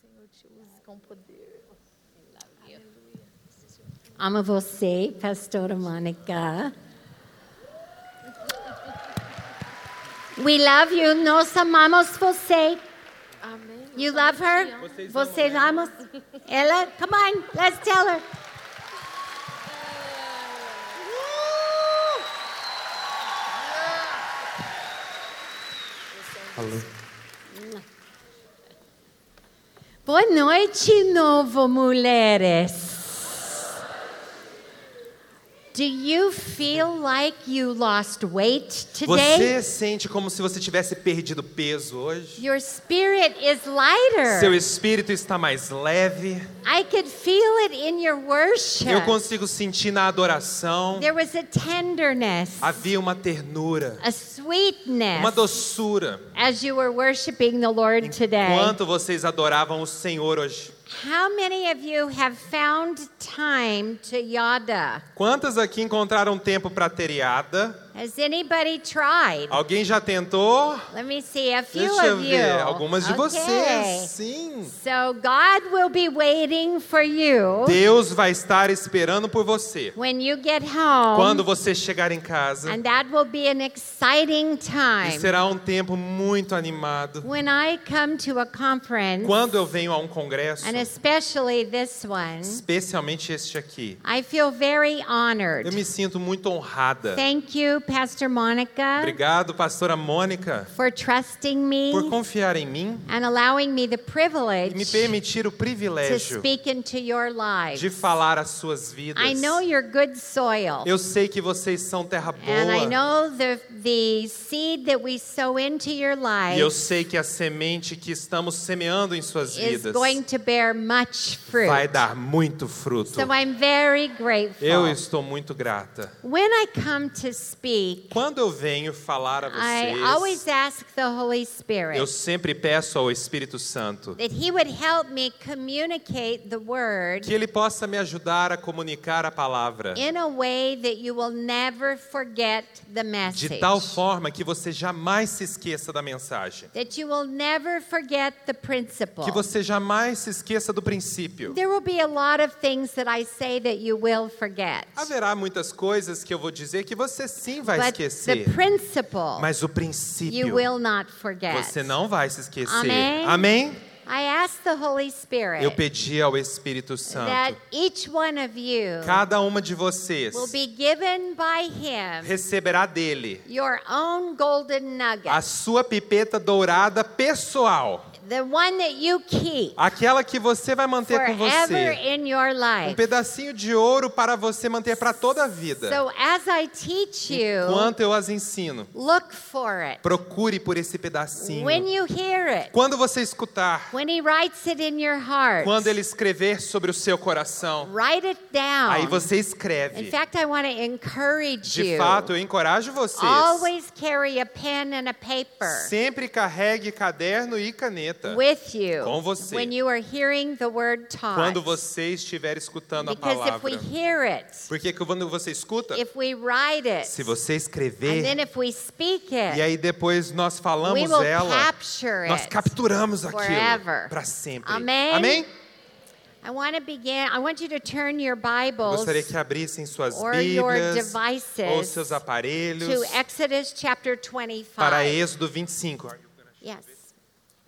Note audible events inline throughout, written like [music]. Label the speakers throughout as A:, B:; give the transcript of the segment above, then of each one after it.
A: Senhor te use com poder. Aleluia.
B: Amo você, Pastora Mônica. We love you. Nós amamos você.
A: Amém. Nós
B: You
A: amamos
B: love her?
A: te amar.
B: Vocês, amam ela? Come on, let's tell her. Boa noite, novo mulheres. Do you feel like you lost weight today?
C: Você sente como se você tivesse perdido peso hoje?
B: Your spirit is lighter.
C: Seu espírito está mais leve.
B: I could feel it in your
C: Eu
B: worship.
C: consigo sentir na adoração.
B: There was a tenderness,
C: Havia uma ternura,
B: a
C: uma
B: sweetness
C: doçura.
B: as you were worshiping the Lord today.
C: Quanto vocês adoravam o Senhor hoje?
B: How many of you have found time to yada?
C: Quantas aqui encontraram tempo para teriada?
B: Has anybody tried?
C: Alguém já tentou?
B: Let me see a few
C: Deixa eu
B: of you.
C: ver. Algumas de
B: Okay.
C: vocês. Sim.
B: So God will be waiting for you
C: Deus vai estar esperando por você.
B: when you get home.
C: Quando você chegar em casa,
B: and that will be an exciting
C: e
B: time.
C: será um tempo muito animado.
B: When I come to a conference,
C: Quando eu venho a um congresso,
B: and especially this one,
C: especialmente este aqui,
B: I feel very honored.
C: eu me sinto muito honrada.
B: Thank you, Pastor Monica,
C: Obrigado, pastora Mônica,
B: for trusting me
C: por confiar em mim
B: and allowing me the
C: e me
B: privilege
C: permitir o
B: to
C: privilégio
B: speak into your lives.
C: de falar às suas vidas.
B: I know you're good soil.
C: Eu sei que vocês são terra
B: And I
C: boa.
B: know the, the seed that we sow into your
C: E eu
B: life
C: sei que a semente que estamos semeando em suas
B: is
C: vidas
B: going to bear much fruit.
C: vai dar muito fruto.
B: So I'm very grateful.
C: Eu e estou muito grata.
B: When I come to speak,
C: Quando eu venho falar a
B: I always
C: vocês,
B: ask the Holy Spirit
C: eu sempre peço ao Espírito Santo
B: that He would help me communicate the word
C: que ele possa me ajudar a comunicar a palavra
B: in a way that you will never forget the
C: de
B: message.
C: tal forma que você jamais se esqueça da mensagem,
B: That you will never forget the principle.
C: que você jamais se esqueça do princípio.
B: There will be a lot of things that I say that you will forget.
C: Haverá muitas coisas que eu vou dizer que você sim vai
B: but
C: esquecer,
B: the principle
C: mas o
B: you
C: princípio
B: will not forget.
C: você não vai se esquecer.
B: Amém?
C: Amém?
B: I ask the Holy Spirit
C: Eu pedi ao Espírito
B: that
C: Santo,
B: each one of you
C: cada uma de vocês
B: will be given by Him
C: receberá dele
B: your own golden nugget,
C: a sua pipeta dourada pessoal,
B: the one that you keep
C: aquela que você vai manter com
B: forever
C: você.
B: in your
C: Um
B: life.
C: pedacinho de ouro para você manter para toda a vida.
B: So as I teach
C: E
B: you,
C: Enquanto eu as ensino,
B: look for it.
C: procure por esse pedacinho.
B: When you hear it,
C: Quando você escutar,
B: when He writes it in your heart,
C: quando ele escrever sobre o seu coração,
B: write it down.
C: aí você
B: in
C: escreve.
B: fact, I want to encourage
C: De
B: you.
C: fato, eu encorajo vocês.
B: always carry a pen and a paper
C: Sempre carregue caderno e caneta
B: with you
C: Com você.
B: when you are hearing the word taught.
C: quando você estiver escutando a
B: because if we
C: palavra.
B: hear it,
C: Porque quando você escuta,
B: if we write it,
C: se você
B: and
C: escrever
B: then if we speak it,
C: e aí depois nós
B: we
C: falamos
B: will
C: ela,
B: capture
C: nós
B: it.
C: capturamos aquilo
B: forever.
C: para sempre.
B: Amém?
C: Amém?
B: I want to begin. I want you to turn your Bibles
C: Gostaria que abrissem suas
B: or your
C: Bíblias ou
B: devices
C: seus aparelhos
B: to Exodus chapter 25.
C: para Êxodo 25.
B: Yes.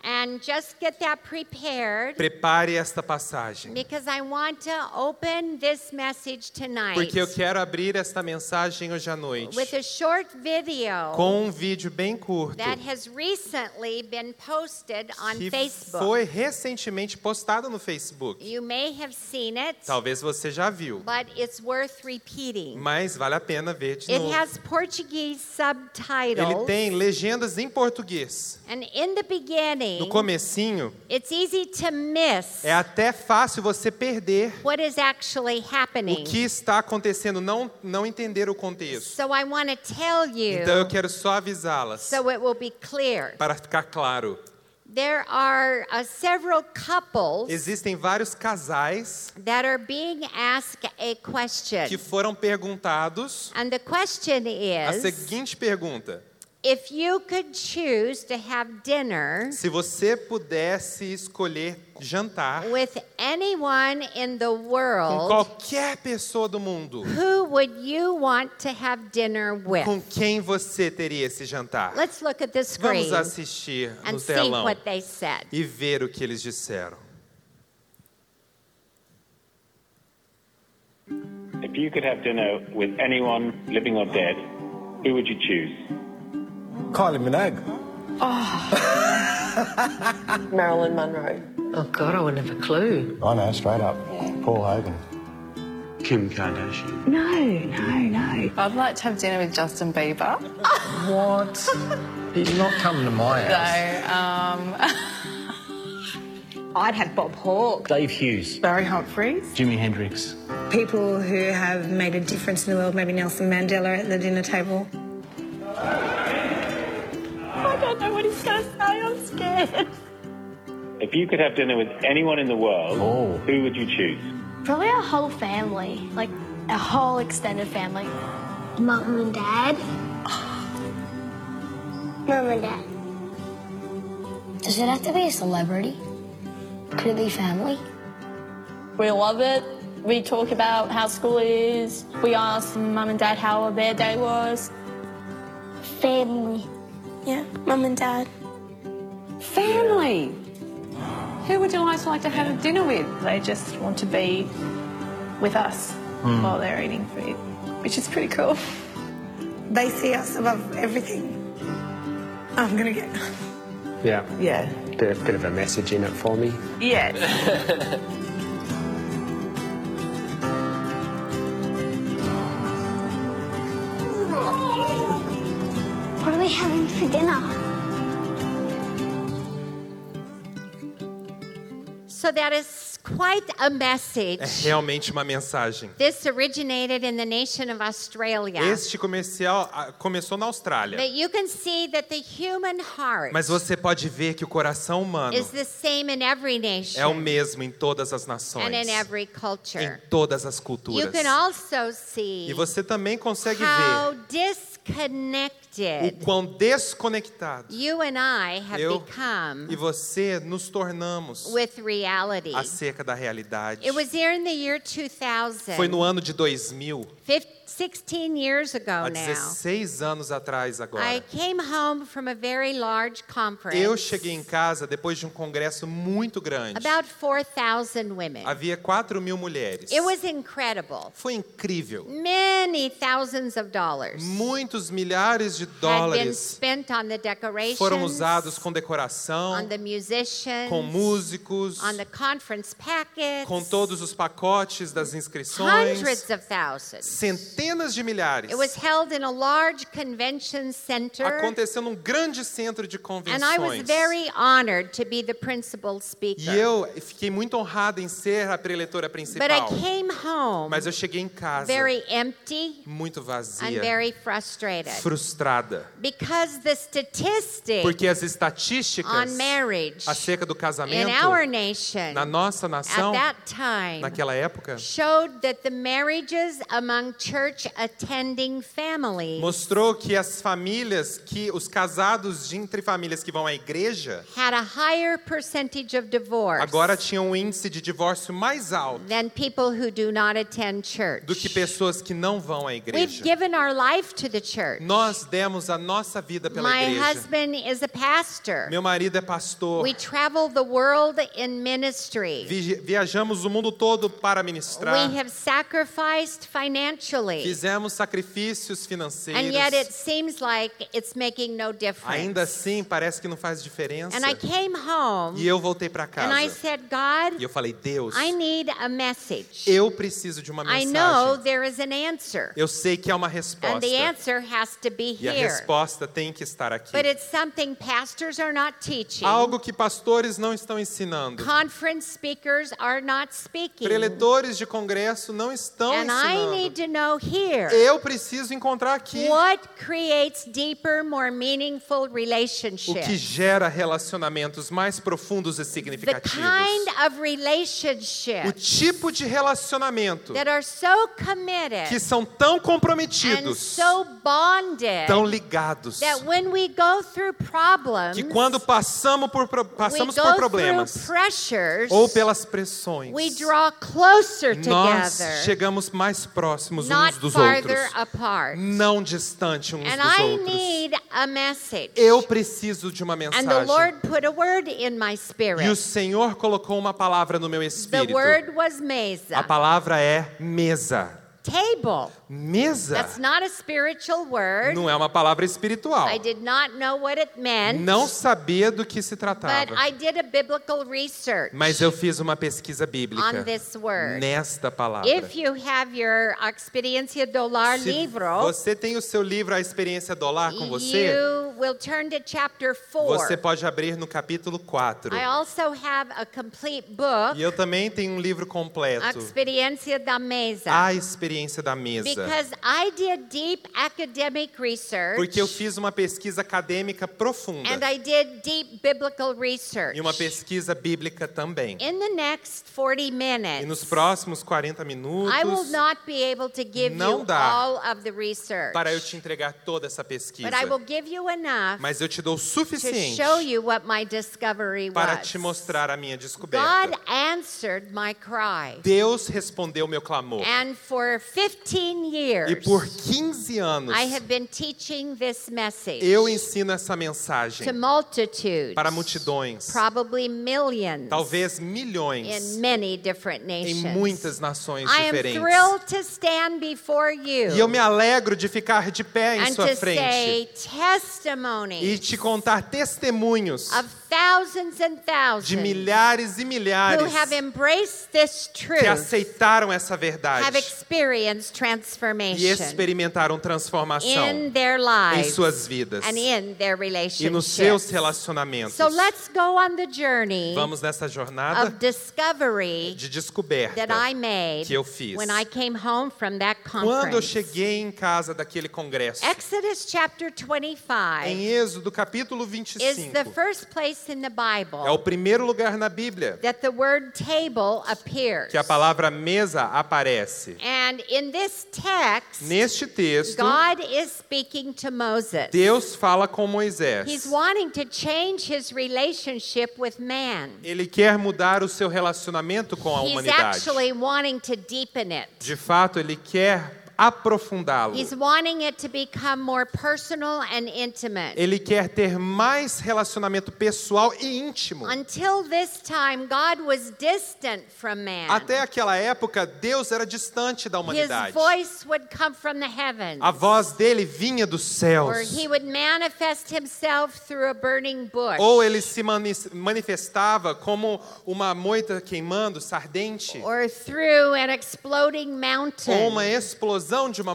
B: And just get that prepared
C: Prepare esta passagem,
B: because I want to open this message tonight
C: porque eu quero abrir esta mensagem hoje à noite
B: with a short video
C: com um vídeo bem curto
B: that has recently been posted on
C: que
B: Facebook.
C: foi recentemente postado no Facebook.
B: You may have seen it,
C: Talvez você já viu,
B: but it's worth repeating.
C: mas vale a pena ver de
B: It
C: novo.
B: has Portuguese
C: Ele
B: subtitles.
C: tem legendas em português.
B: And in the beginning,
C: No comecinho,
B: it's easy to miss
C: é até fácil você perder
B: what is actually happening.
C: o que está acontecendo, não, não entender o contexto.
B: So I want to tell you
C: Então eu quero só avisá-las
B: so it will be clear.
C: para ficar claro.
B: There are uh, several couples
C: Existem vários casais
B: that are being asked a question.
C: que foram perguntados
B: And the question
C: a
B: is
C: seguinte pergunta:
B: If you could choose to have dinner
C: Se você pudesse escolher jantar
B: with anyone in the
C: com
B: world,
C: qualquer pessoa do mundo,
B: who would you want to have dinner
C: com
B: with?
C: quem você teria esse jantar?
B: Let's look at the
C: Vamos
B: screen
C: assistir no
B: and see
C: telão
B: what they said.
C: e ver o que eles disseram.
D: If you could have dinner with anyone, living or dead, who would you choose?
E: Kylie Minogue.
F: Marilyn Monroe.
G: Oh, God, I wouldn't have a clue.
E: I know, straight up. Paul Hogan.
H: Kim Kardashian.
F: I'd like to have dinner with Justin Bieber.
E: What? [laughs] He's not coming to my house.
F: um, [laughs]
I: I'd have Bob Hawke.
H: Dave Hughes.
F: Barry Humphries.
H: Jimi Hendrix.
J: people who have made a difference in the world, maybe Nelson Mandela at the dinner table.
D: If you could have dinner with anyone in the world,
E: Oh.
D: who would you choose?
K: Probably our whole family, like our whole extended family. Mum and dad. Mum and dad. Does it have to be a celebrity? Could it be family? We love it. We talk about how school is. We ask mum and dad how their day was. Family. Yeah, mum and dad.
F: Family. Who would you guys like to have dinner with? They just want to be with us
G: Hmm.
F: while they're eating food, which is pretty cool.
J: They see us above everything. I'm gonna get.
H: Yeah.
F: Yeah.
H: Bit, bit of a message in it for me.
F: Yeah.
K: What are we having for dinner?
B: So that is quite a
C: É [laughs]
B: message.
C: realmente uma mensagem.
B: This originated in the nation of Australia.
C: Este comercial ah, começou na Austrália,
B: But you can see that the human heart
C: mas você pode ver que o coração humano
B: is the same in every
C: é o
B: nation
C: mesmo em todas as
B: and
C: nações,
B: in every
C: em
B: culture.
C: todas as
B: You
C: culturas.
B: can also
C: E
B: see
C: você também consegue
B: how
C: ver o
B: disconnected
C: quão desconectado
B: you and I have
C: eu e
B: become
C: você nos tornamos
B: with reality.
C: acerca da realidade.
B: It was here in the year 2000,
C: Foi no ano de 2000,
B: fif- 16 years ago
C: há
B: now.
C: 16 anos atrás
B: I
C: agora.
B: came home from a very large conference.
C: Eu cheguei em casa depois de um congresso muito grande.
B: About 4,000 women.
C: Havia 4 mil mulheres.
B: It was incredible.
C: Foi incrível.
B: Many thousands of dollars
C: Muitos milhares de
B: had been
C: dólares
B: spent on the
C: foram
B: decorations,
C: usados com decoração,
B: on the musicians,
C: com músicos,
B: on the conference packets,
C: com todos os pacotes das inscrições.
B: hundreds of thousands.
C: Centenas de milhares.
B: It was held in a large convention center,
C: Aconteceu num grande centro de
B: and I was
C: convenções.
B: very honored to be the principal
C: E
B: speaker.
C: eu fiquei muito honrada em ser a preletora principal.
B: But I came home
C: Mas eu cheguei em casa
B: very empty
C: muito
B: and
C: vazia,
B: very frustrated
C: frustrada.
B: because the statistics
C: Porque as estatísticas
B: on marriage
C: acerca do
B: in
C: casamento
B: our nation
C: na nossa
B: at
C: nação,
B: that time
C: naquela época,
B: showed that the marriages among church attending families
C: mostrou que as famílias, que os casados de entre famílias que vão à igreja,
B: had a higher percentage of divorce
C: agora tinham um índice de divórcio mais alto
B: than people who do not attend church.
C: do que pessoas que não vão à
B: We've
C: igreja.
B: given our life to the church.
C: Nós demos a nossa vida pela
B: My
C: igreja.
B: husband is a pastor.
C: Meu marido é pastor.
B: We travel the world in ministry.
C: Vi- Viajamos o mundo todo para ministrar.
B: We have sacrificed financially.
C: Fizemos sacrifícios financeiros.
B: And yet it seems like it's making no difference.
C: Ainda assim, parece que não faz diferença.
B: And I came home
C: E eu voltei para
B: and I
C: casa.
B: said, God,
C: E eu falei, Deus,
B: I need a message.
C: eu preciso de uma
B: I know
C: mensagem.
B: there is an answer.
C: Eu sei que há uma
B: And the
C: resposta.
B: answer has to be
C: E a
B: here.
C: resposta tem que estar aqui.
B: But it's something pastors are not teaching.
C: Algo que pastores não estão ensinando.
B: Conference speakers are not speaking.
C: Preletores de congresso não estão
B: And I need
C: ensinando.
B: to know here.
C: Eu preciso encontrar aqui
B: What creates deeper, more meaningful
C: o que
B: relationships?
C: gera relacionamentos mais profundos e
B: The
C: significativos.
B: kind of
C: O
B: relationship
C: tipo de relacionamento
B: that are so committed
C: que são tão
B: and
C: comprometidos,
B: so bonded
C: tão ligados,
B: that when we go through problems,
C: que quando passamos por, pro-
B: we
C: passamos
B: go
C: por
B: through
C: problemas
B: pressures,
C: ou pelas pressões,
B: we draw closer
C: nós
B: together,
C: chegamos mais próximos
B: not
C: uns dos outros,
B: farther apart.
C: não distante uns
B: and
C: dos
B: I
C: outros.
B: need a message.
C: Eu preciso de uma
B: and the
C: mensagem.
B: Lord put a word in my
C: E o
B: spirit.
C: Senhor colocou uma palavra no meu
B: The
C: espírito.
B: word was mesa.
C: A palavra é mesa.
B: Table.
C: Mesa
B: That's not a spiritual word.
C: não é uma palavra espiritual.
B: I did not know what it meant.
C: Não sabia do que se
B: But
C: tratava.
B: I did a biblical research
C: Mas eu fiz uma pesquisa bíblica
B: on this word.
C: nesta palavra.
B: If you have your Experiencia Dolar
C: Se
B: livro,
C: você tem o seu livro A Experiência Dolar com você,
B: you will turn to chapter 4.
C: você pode abrir no capítulo 4.
B: I also have a complete book,
C: E eu também tenho um livro completo,
B: Experiencia da Mesa,
C: A Experiência da Mesa.
B: Tá. because I did deep academic research
C: Porque eu fiz uma pesquisa acadêmica profunda
B: and I did deep biblical research.
C: e uma pesquisa bíblica também.
B: In the next 40
C: E nos
B: minutes,
C: próximos 40 minutos,
B: I will not be able to give
C: Não
B: you
C: dá
B: all of the research,
C: para eu te entregar toda essa pesquisa.
B: but I will give you enough
C: Mas eu te dou o
B: to
C: suficiente
B: show you what my discovery
C: para
B: was.
C: te mostrar a minha descoberta.
B: God answered my cry.
C: Deus respondeu meu clamor.
B: And for 15 years,
C: E por 15 anos
B: I have been teaching this message
C: eu ensino essa
B: to
C: mensagem
B: multitudes,
C: para multidões,
B: probably millions,
C: talvez
B: in
C: milhões,
B: many different
C: em
B: nations.
C: muitas nações
B: I am
C: diferentes.
B: thrilled to stand before you
C: E eu me alegro de ficar de pé em
B: and
C: sua
B: to say
C: frente e
B: testimony
C: te contar testemunhos
B: of thousands and
C: de
B: thousands
C: milhares e
B: who
C: milhares
B: have embraced this
C: que
B: truth,
C: aceitaram essa
B: have
C: verdade
B: experienced
C: e
B: transformation
C: experimentaram transformação
B: in their
C: em
B: lives
C: suas vidas
B: and in their
C: e nos seus
B: relationships.
C: relacionamentos.
B: So let's go on the journey
C: Vamos nessa jornada
B: of discovery
C: de descoberta
B: that I made
C: que eu fiz.
B: when I came home from that
C: Quando eu
B: conference.
C: cheguei em casa daquele congresso,
B: Exodus chapter 25
C: em Êxodo capítulo
B: is the
C: 25,
B: first place in the
C: é o
B: Bible
C: primeiro lugar na Bíblia
B: that the word table appears.
C: que a palavra mesa aparece.
B: And in this text,
C: Neste texto,
B: God is speaking to Moses.
C: Deus fala com
B: He's
C: Moisés.
B: wanting to change his relationship with man.
C: Ele quer mudar o seu relacionamento com a
B: He's
C: humanidade.
B: actually wanting to deepen it.
C: De fato, ele quer aprofundá-lo.
B: He's wanting it to become more personal and intimate.
C: Ele quer ter mais relacionamento pessoal e íntimo.
B: Until this time, God was distant from man.
C: Até aquela época, Deus era distante da
B: His
C: humanidade.
B: voice would come from the heavens,
C: A voz dele vinha dos
B: or
C: céus.
B: he would manifest himself through a burning bush,
C: Ou ele se mani- manifestava como uma moita queimando, sardente,
B: or through an exploding mountain.
C: ou uma explosão de uma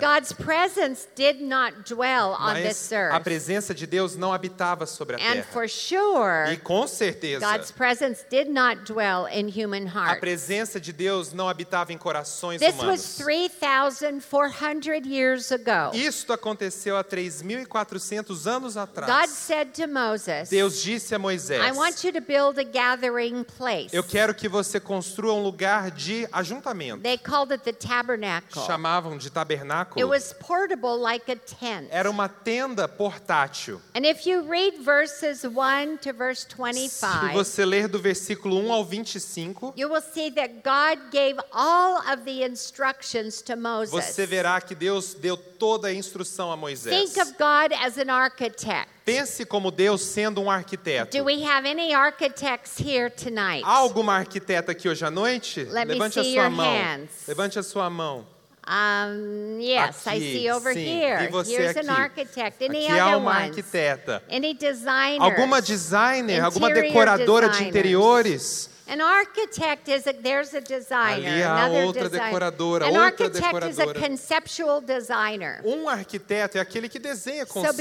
B: But God's presence did not dwell on
C: Mas
B: this
C: a
B: earth.
C: presença de Deus não habitava sobre a
B: And
C: terra.
B: for sure,
C: E com certeza,
B: God's presence did not dwell in human
C: a
B: hearts.
C: presença de Deus não habitava em corações
B: This was
C: humanos.
B: 3,400 years ago.
C: Isto aconteceu há 3.400 anos
B: God
C: atrás.
B: said to Moses,
C: Deus disse a Moisés:
B: I want you to build a gathering place.
C: Eu quero que você construa um lugar de ajuntamento.
B: They called it the tabernacle.
C: Chamavam de tabernáculo.
B: It was portable like a tent.
C: Era um uma tenda portátil.
B: And if you read verses 1 to verse
C: Se
B: 25,
C: você ler do versículo 1 ao 25,
B: you will see that God gave all of the instructions to Moses.
C: você verá que Deus deu toda a instrução a Moisés.
B: Think of God as an architect.
C: Pense como Deus sendo um arquiteto.
B: Do we have any architects here tonight?
C: Há alguma arquiteta aqui hoje à noite?
B: Let me
C: Levante a
B: see
C: sua
B: your
C: mão.
B: hands.
C: Levante a sua mão.
B: Um, yes, I
C: Aqui,
B: see over
C: sim,
B: here.
C: vi você
B: Here's
C: aqui.
B: an architect. Any
C: aqui há
B: other
C: uma
B: ones?
C: arquiteta.
B: Any designers?
C: Alguma designer, alguma
B: Interior
C: decoradora de
B: designers.
C: interiores.
B: An architect is a, there's a designer.
C: Ali há
B: another
C: outra
B: design-
C: decoradora,
B: An
C: outra
B: architect is a
C: decoradora.
B: conceptual designer.
C: Um arquiteto é aquele que desenha
B: So before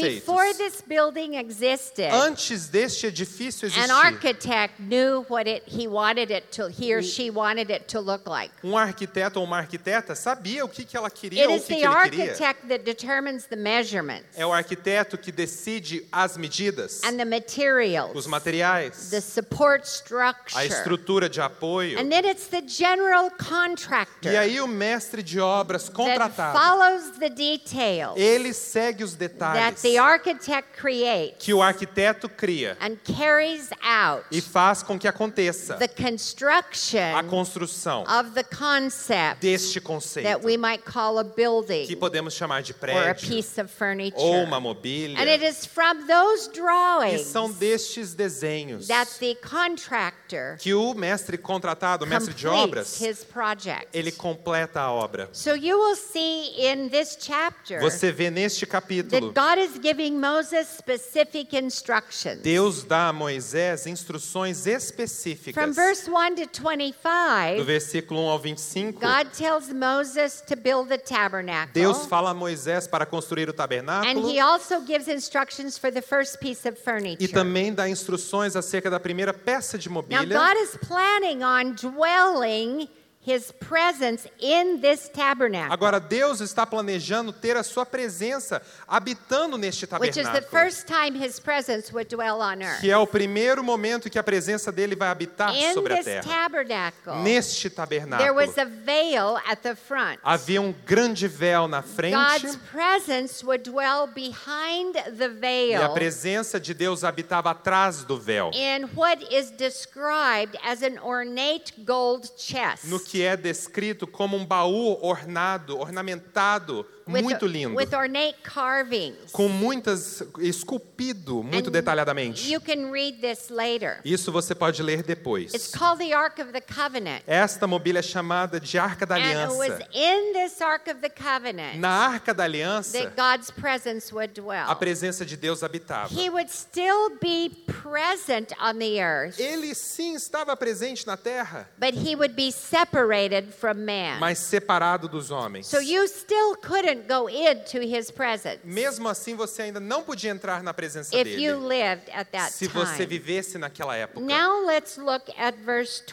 C: conceitos.
B: this building existed,
C: Antes deste edifício
B: an
C: existir,
B: architect knew what it he wanted it to he or she wanted it to look like.
C: um arquiteto ou uma arquiteta sabia o que, que ela queria
B: It
C: ou o
B: is
C: que, que
B: the
C: ele queria.
B: architect that determines the measurements
C: É o arquiteto que decide as medidas,
B: and the
C: os
B: materials,
C: materiais,
B: the support
C: a
B: structure,
C: estrutura de apoio.
B: And then it's the general contractor
C: E aí o mestre de obras
B: that
C: contratado,
B: follows the details
C: ele segue os
B: that
C: detalhes
B: the architect creates
C: que o arquiteto cria
B: and carries out
C: e faz com que aconteça
B: the construction
C: a construção
B: of the concept
C: deste
B: that
C: conceito,
B: we might call a building
C: que podemos chamar de
B: or a
C: prédio Oh,
B: piece of furniture.
C: ou uma
B: and it
C: mobília.
B: is from those
C: E
B: drawings
C: são destes desenhos
B: that the contractor
C: que o mestre contratado, o mestre de
B: completes
C: obras,
B: his project.
C: ele completa a obra.
B: So you will see in this chapter
C: Você vê neste
B: that
C: capítulo,
B: God is giving Moses specific instructions.
C: Deus dá a Moisés instruções
B: From
C: específicas.
B: verse 1 to
C: Do
B: 25,
C: versículo 1 ao 25,
B: God tells Moses to build the tabernacle.
C: Deus fala a Moisés para construir o
B: and
C: tabernáculo
B: he also gives instructions for the first piece of furniture.
C: e também dá instruções acerca da primeira peça de
B: Now,
C: mobília.
B: God is planning on dwelling his presence in this tabernacle,
C: Agora, Deus está planejando ter a sua presença habitando neste
B: which is the
C: tabernáculo,
B: first time his presence would dwell on earth.
C: que é o primeiro momento que a presença dele vai habitar
B: in
C: sobre a
B: this
C: terra.
B: tabernacle,
C: Neste
B: there was
C: tabernáculo
B: a veil at the front.
C: havia um grande véu na
B: God's
C: frente
B: presence would dwell behind the
C: e a
B: veil
C: presença de Deus habitava atrás do véu,
B: in what is described as an ornate gold chest.
C: no que é descrito como um baú ornado, ornamentado,
B: with,
C: muito lindo,
B: with ornate carvings.
C: com muitas esculpido muito
B: And
C: detalhadamente.
B: You can read this later.
C: Isso você pode ler
B: It's
C: depois.
B: called the Ark of the Covenant.
C: Esta mobília é chamada de Arca da
B: And it was
C: Aliança.
B: in this Ark of the Covenant
C: Na Arca da Aliança,
B: that God's presence would
C: a
B: dwell.
C: presença de Deus habitava.
B: He would still be present on the earth,
C: Ele sim estava presente na terra,
B: but he would be separated from man.
C: mas separado dos homens.
B: So you still couldn't go into his presence
C: Mesmo assim, você ainda não podia entrar na presença
B: if you
C: dele.
B: lived at that
C: Se
B: time.
C: você vivesse naquela época.
B: Now let's look at verse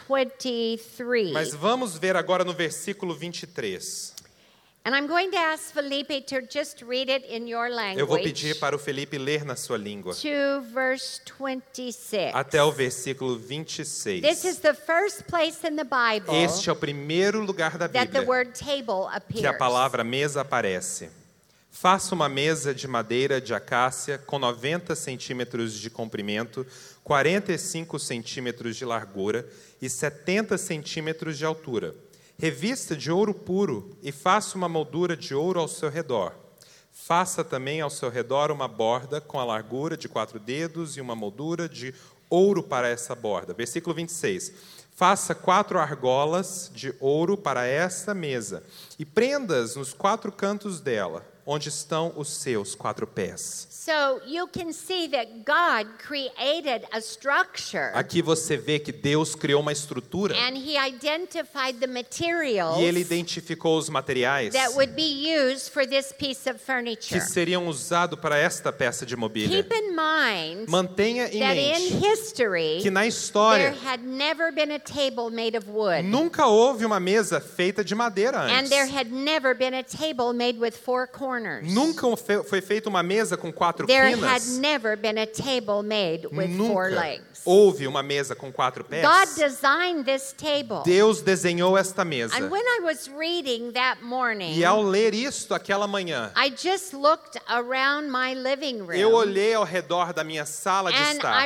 B: 23.
C: Mas vamos ver agora no versículo 23.
B: And I'm going to ask Felipe to just read it in your
C: Eu vou
B: language
C: pedir para o Felipe ler na sua língua.
B: to verse 26.
C: Até o e versículo 26.
B: This is the first place in the Bible
C: Este é o primeiro lugar da
B: that the
C: Bíblia
B: word table appears.
C: que a palavra mesa aparece. Faça uma mesa de madeira de acácia com 90 centímetros de comprimento, 45 centímetros de largura e 70 centímetros de altura. Revista de ouro puro e faça uma moldura de ouro ao seu redor. Faça também ao seu redor uma borda com a largura de quatro dedos e uma moldura de ouro para essa borda. Versículo 26. Faça quatro argolas de ouro para esta mesa e prendas nos quatro cantos dela, onde estão os seus quatro pés.
B: So you can see that God created a structure
C: Aqui você vê que Deus criou uma estrutura
B: and he identified the
C: e ele
B: materials
C: identificou os materiais
B: that would be used for this piece of
C: que
B: furniture.
C: seriam usados para esta peça de mobília.
B: Keep in mind
C: Mantenha em
B: that in
C: mente
B: history
C: que na
B: there
C: história
B: had never been a table made of wood.
C: Nunca houve uma mesa feita de madeira
B: And there
C: antes.
B: had never been a table made with four corners.
C: Nunca um fe- foi feita uma mesa com quatro
B: There had
C: quinas.
B: never been a table made with four
C: Nunca Oh,
B: legs.
C: houve uma mesa com quatro pés.
B: God designed this table.
C: Deus desenhou esta mesa.
B: And when I was reading that morning,
C: E ao ler isto aquela manhã,
B: I just looked around my living room
C: eu olhei ao redor da minha sala de
B: and I
C: estar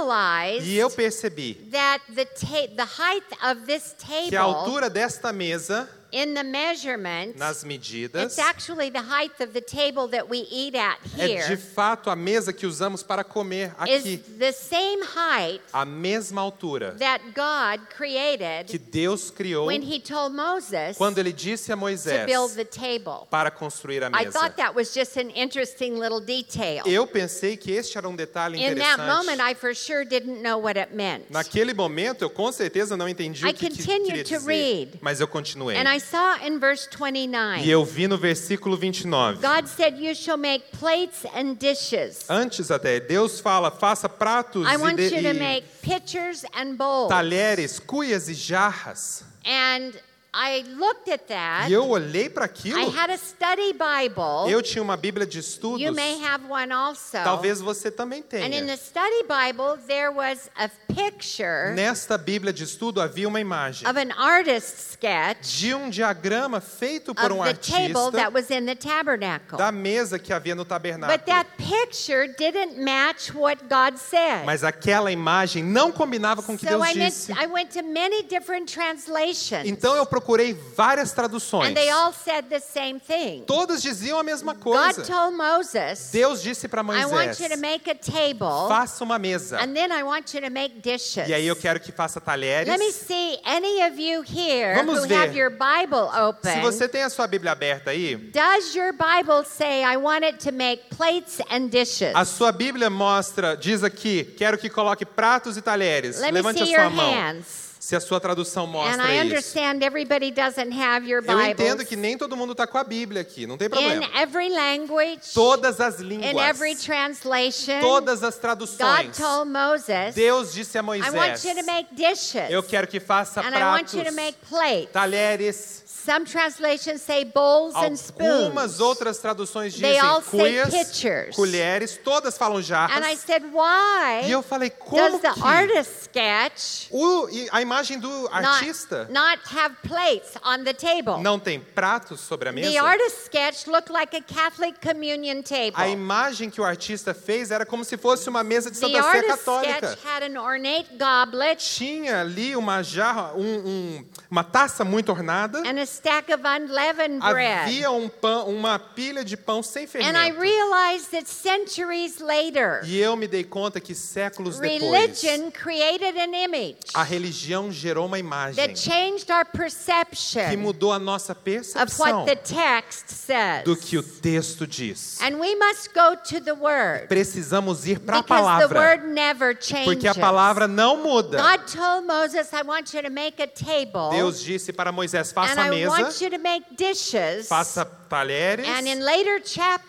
B: realized
C: e eu percebi
B: that the ta- the height of this
C: que a
B: table
C: altura desta mesa,
B: in the measurement
C: nas medidas,
B: it's actually the height of the table that we eat at
C: é de
B: here
C: fato a mesa que usamos para comer
B: is
C: aqui.
B: the same height
C: A mesma altura
B: that God
C: que
B: created
C: Deus criou
B: when he told Moses
C: quando ele disse a
B: to build
C: Moisés
B: the table.
C: para construir a
B: I
C: mesa.
B: thought that was just an interesting little detail.
C: Eu pensei que este era um detalhe
B: In that moment,
C: interessante.
B: I for sure didn't know what it meant.
C: Naquele momento, eu com certeza não entendi
B: I
C: o que, que
B: continued
C: queria
B: to
C: dizer,
B: read.
C: mas eu continuei.
B: And I saw in verse
C: E
B: 29,
C: eu vi no versículo 29.
B: God said, You shall make plates and dishes.
C: Antes até, Deus fala, faça pratos
B: I
C: e,
B: want
C: de-
B: you to
C: e
B: make pitchers and bowls.
C: talheres, cuias e jarras.
B: And I looked at that.
C: E eu olhei para
B: I
C: aquilo.
B: had a study Bible.
C: Eu tinha uma Bíblia de estudos.
B: You may have one also.
C: Talvez você também
B: And in the
C: tenha.
B: study Bible, there was a picture
C: Nesta Bíblia de estudo havia uma imagem
B: of an artist's sketch
C: de um diagrama feito por
B: of
C: um
B: the table that
C: artista
B: was in the tabernacle.
C: da mesa que havia no
B: But
C: tabernáculo.
B: that picture didn't match what God said.
C: Mas aquela imagem não combinava com o que
B: So
C: Deus
B: I went,
C: disse.
B: I went to many different translations,
C: Então eu procurei várias traduções.
B: and they all said the same thing.
C: Todas diziam a mesma
B: God
C: coisa.
B: told Moses,
C: Deus disse para
B: I
C: Moisés:
B: want you to make a table,
C: faça uma mesa.
B: and then I want you to make dishes.
C: E aí eu quero que faça
B: Let me
C: talheres.
B: see any of you here
C: Vamos
B: who
C: ver.
B: have your Bible
C: Se
B: open.
C: você tem a sua Bíblia aberta aí,
B: Does your Bible say, I want it to make plates and dishes?
C: a sua Bíblia mostra, diz aqui, quero que coloque pratos e talheres.
B: Let me
C: Levante a
B: see your
C: sua mão.
B: hands.
C: Se a sua tradução
B: And I
C: mostra isso.
B: understand everybody doesn't have your
C: Eu
B: Bible.
C: entendo que nem todo mundo está com a Bíblia aqui, não tem
B: In
C: problema.
B: every language,
C: Todas as
B: in every
C: línguas,
B: translation,
C: todas as
B: God
C: traduções.
B: told Moses,
C: Deus disse a
B: I want
C: Moisés:
B: you to make dishes.
C: Eu quero que faça
B: and I want
C: pratos,
B: you to make plates.
C: talheres.
B: Some translations say bowls and spoons.
C: Algumas outras traduções
B: They
C: dizem
B: all say
C: cuias,
B: pictures.
C: colheres, todas falam
B: And I
C: jarras.
B: said, why
C: E eu falei, como
B: does the
C: que
B: artist sketch
C: o, e a imagem do
B: not,
C: artista
B: not have plates on the table?
C: não tem pratos sobre a
B: The
C: mesa?
B: artist sketch looked like a Catholic communion table.
C: A imagem que o artista fez era como se fosse uma mesa de
B: The
C: Santa Sé
B: artist
C: católica.
B: sketch had an ornate goblet
C: Tinha ali uma jarra, um- um- uma taça muito ornada.
B: and a stack of unleavened bread.
C: Havia um pão, uma pilha de pão sem
B: And I
C: fermento.
B: realized that centuries later,
C: E eu me dei conta que séculos depois,
B: religion created an image
C: a religião gerou uma imagem
B: that changed our
C: que
B: perception
C: mudou a nossa
B: of
C: percepção
B: what the text says.
C: do que o texto diz.
B: And we must go to the Word
C: Precisamos ir para a
B: because the
C: palavra,
B: Word never changes.
C: porque a palavra não muda.
B: God told Moses, I want you to make a table
C: Deus disse para Moisés:
B: and
C: faça a
B: I want
C: mesa,
B: you to make dishes.
C: faça talheres,
B: And in
C: e
B: later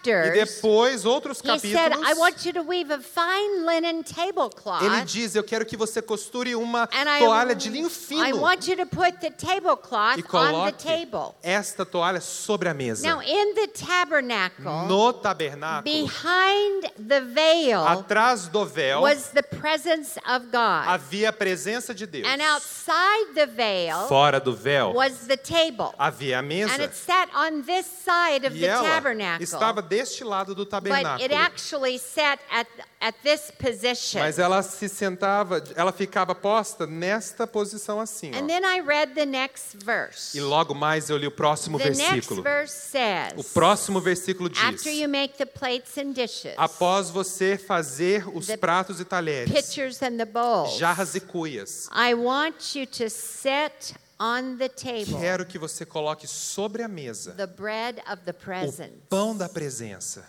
B: chapters,
C: depois outros
B: he said, I
C: capítulos.
B: want you to weave a fine linen tablecloth.
C: Ele diz: Eu quero que você costure uma
B: and I,
C: toalha de linho
B: I
C: fino
B: want you to put the tablecloth
C: e
B: on the
C: coloque
B: table.
C: esta toalha sobre a mesa.
B: Now, in the tabernacle,
C: No tabernáculo,
B: behind the veil,
C: atrás do véu,
B: was the presence of God.
C: havia a presença de Deus.
B: And outside the veil
C: Fora do véu,
B: was the table.
C: havia a
B: And
C: mesa.
B: it sat on this side of
C: E
B: the
C: ela
B: tabernacle.
C: estava deste lado do
B: But it
C: tabernáculo.
B: actually sat at, at this position.
C: Mas ela se sentava, ela ficava posta nesta posição assim.
B: And
C: Ó.
B: then I read the next verse.
C: E logo mais eu li o próximo
B: The next
C: versículo.
B: verse
C: O
B: says,
C: próximo versículo
B: after you
C: diz:
B: make the plates and dishes,
C: Após você fazer os
B: The
C: pratos e talheres,
B: pitchers and the bowls,
C: jarras e cuias,
B: I want you to set on the table
C: quero que você coloque sobre a mesa
B: the bread of the
C: o
B: present.
C: pão da presença,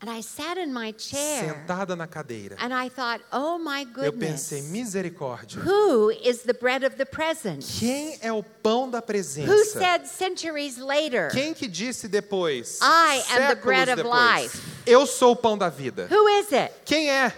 B: And I sat in my chair
C: sentada na cadeira.
B: and I thought, oh my
C: Eu pensei:
B: goodness,
C: misericórdia.
B: who is the bread of the present?
C: Quem é o pão da
B: Who
C: presença?
B: said centuries later,
C: Quem que disse depois?
B: I am the
C: séculos
B: bread of
C: depois,
B: life.
C: Eu sou o pão da vida.
B: who is it?
C: Quem é?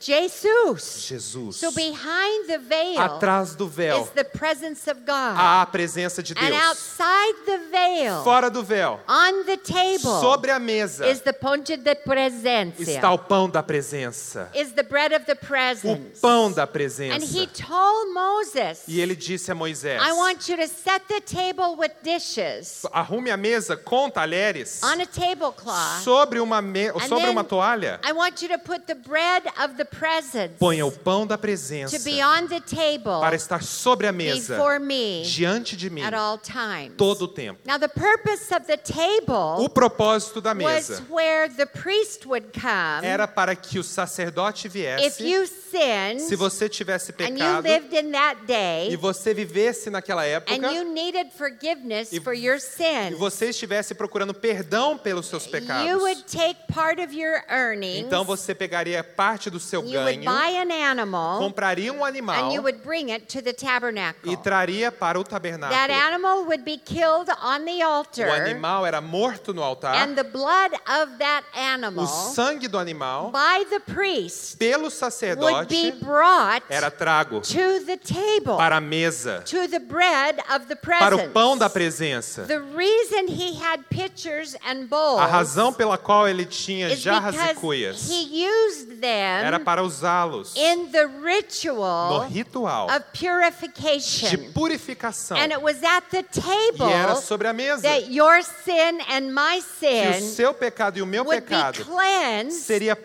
B: Jesus.
C: Jesus.
B: So behind the veil
C: Atrás Ah, do
B: is
C: véu
B: the presence of God.
C: há a presença de
B: And
C: Deus.
B: outside the veil,
C: Fora do véu,
B: on the table,
C: sobre a mesa,
B: is the ponte de
C: está
B: presença.
C: o pão da presença.
B: Is the bread of the
C: O
B: presence.
C: pão
B: And
C: da
B: he
C: presença.
B: told Moses,
C: E ele disse a Moisés:
B: I want you to set the table with dishes
C: arrume a mesa com talheres
B: on a tablecloth.
C: sobre uma, me-
B: And
C: sobre uma
B: then
C: toalha.
B: I want you to put the bread of the presence
C: Ponha o pão da
B: to
C: presença
B: be on the table
C: para estar sobre a mesa,
B: before me
C: diante de mim,
B: at all times.
C: todo o tempo.
B: Now, the purpose of the
C: O
B: table
C: propósito da
B: was
C: mesa
B: where the priest would come
C: era para que o sacerdote
B: if
C: viesse.
B: you sinned
C: Se você tivesse
B: and you
C: pecado
B: lived in that
C: e
B: day
C: você vivesse naquela
B: and
C: época
B: you needed forgiveness
C: E-
B: for your
C: e
B: sin,
C: você estivesse procurando perdão pelos seus
B: you
C: pecados,
B: would take part of your earnings,
C: então você pegaria parte do seu
B: you would
C: ganho,
B: buy an animal,
C: compraria um animal
B: and you would bring it to the tabernacle.
C: e traria para o
B: That
C: tabernáculo.
B: animal would be killed on the altar,
C: O animal era morto no altar,
B: and the blood of that
C: o
B: animal
C: sangue do animal,
B: by the priest
C: pelo
B: would be
C: sacerdote,
B: brought
C: era trago
B: to the table,
C: para a mesa,
B: to the bread of the
C: para o
B: presence.
C: pão da presença.
B: The reason he had pitchers and bowls
C: A razão pela qual ele tinha
B: is
C: jarras e
B: because
C: cuias
B: he used them
C: era para usá-los
B: in the
C: no
B: ritual
C: ritual
B: of
C: de
B: purification.
C: purificação.
B: And it was at the
C: E era
B: table
C: sobre a mesa
B: that your sin and my
C: que o
B: sin
C: seu pecado e o meu
B: would be
C: pecado
B: cleansed
C: seria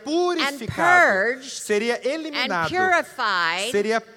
C: purificado,
B: purged
C: seria
B: and
C: eliminado,
B: purified
C: seria
B: with the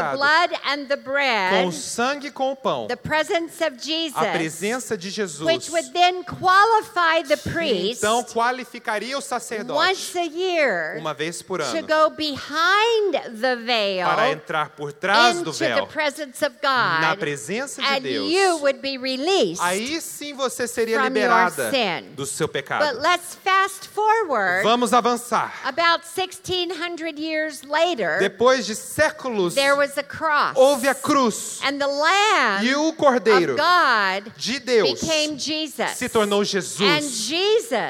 C: purificado
B: blood and the
C: com o
B: bread,
C: sangue e com o pão.
B: the presence of
C: A
B: Jesus,
C: presença de
B: which
C: Jesus.
B: would then qualify the
C: E
B: priest
C: Então qualificaria o
B: once
C: sacerdote
B: a year
C: uma vez por
B: to
C: ano
B: go behind the veil
C: para entrar por trás
B: into
C: do
B: the
C: véu
B: presence of
C: na
B: God,
C: presença de
B: and you
C: Deus.
B: would be released.
C: Aí sim você seria
B: from your
C: liberada
B: sin.
C: do seu
B: But
C: pecado.
B: let's fast forward
C: Vamos avançar.
B: about 1600 years later,
C: Depois de séculos,
B: there was a cross.
C: houve a cruz
B: And the Lamb
C: e o
B: of
C: cordeiro
B: God
C: de Deus
B: became Jesus.
C: se tornou
B: And
C: Jesus.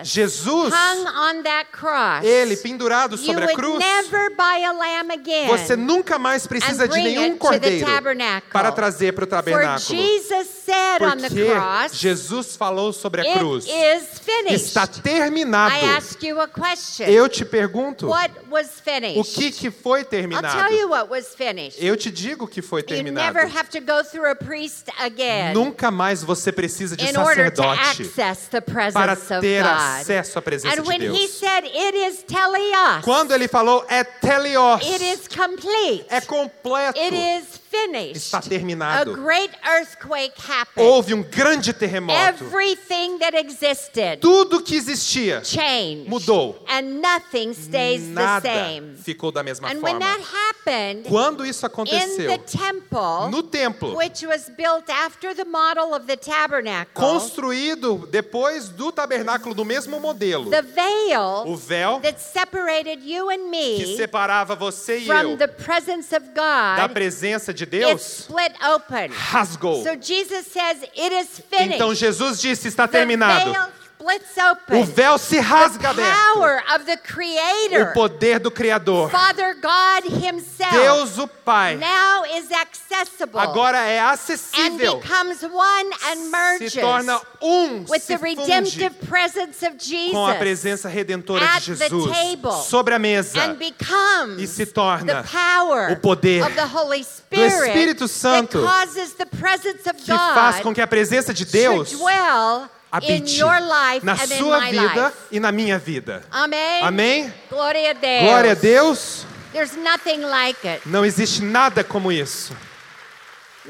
B: Jesus
C: Jesus,
B: hung on that cross.
C: ele pendurado
B: you
C: sobre a
B: would
C: cruz,
B: never buy a lamb again.
C: você nunca mais
B: and
C: precisa de
B: bring it
C: nenhum
B: to the
C: cordeiro
B: tabernacle.
C: para trazer para o
B: For
C: tabernáculo.
B: Jesus said on the
C: Porque
B: cross,
C: Jesus falou sobre a
B: "It
C: cruz.
B: is finished.
C: Está terminado.
B: I ask you a question.
C: Eu te pergunto,
B: what was finished?
C: o que, que foi
B: I'll
C: terminado?
B: tell you what was finished.
C: Eu te digo que foi
B: you
C: terminado.
B: never have to go through a priest again
C: Nunca mais você precisa de
B: in order to
C: sacerdote
B: access the
C: para
B: presence of
C: ter
B: God.
C: acesso à presença
B: And
C: de
B: when he
C: Deus.
B: said, "It is teleos,"
C: Quando ele falou, é teleos,
B: it is complete.
C: é completo,
B: It is finished.
C: está
B: A
C: terminado.
B: great earthquake happened.
C: Houve um grande terremoto.
B: Everything that existed
C: Tudo que existia
B: changed.
C: mudou.
B: And nothing stays the
C: Nada
B: same.
C: ficou da mesma
B: And when
C: forma.
B: that happened
C: Quando isso
B: in
C: aconteceu,
B: the temple,
C: no templo,
B: which was built after the model of the tabernacle,
C: construído depois do tabernáculo do mesmo modelo,
B: the veil
C: o véu
B: that separated you and
C: que
B: me
C: separava você e
B: from
C: eu
B: the presence of
C: da
B: God,
C: presença de
B: it
C: Deus
B: split open.
C: rasgou.
B: So Jesus says, It is finished.
C: Então Jesus disse: está
B: the
C: terminado.
B: veil splits open.
C: O véu se rasga
B: the
C: aberto.
B: power of the Creator,
C: O poder do Criador,
B: Father God Himself,
C: Deus o Pai,
B: now is accessible
C: agora é
B: and
C: acessível.
B: becomes one and merges
C: Se torna um,
B: with
C: se
B: the
C: funde
B: redemptive presence of Jesus
C: com a presença redentora
B: at
C: de
B: the
C: Jesus
B: table
C: sobre a mesa
B: and becomes
C: e se torna
B: the power
C: o poder
B: of the Holy Spirit
C: Espírito Santo
B: that causes the presence of
C: que
B: God
C: faz com que a presença de Deus
B: to dwell in
C: habite
B: your life
C: na
B: and in
C: sua
B: my
C: vida
B: life.
C: e na minha vida.
B: Amém?
C: Amém?
B: Glória a Deus.
C: Glória a Deus.
B: There's nothing like it.
C: Não existe nada como isso.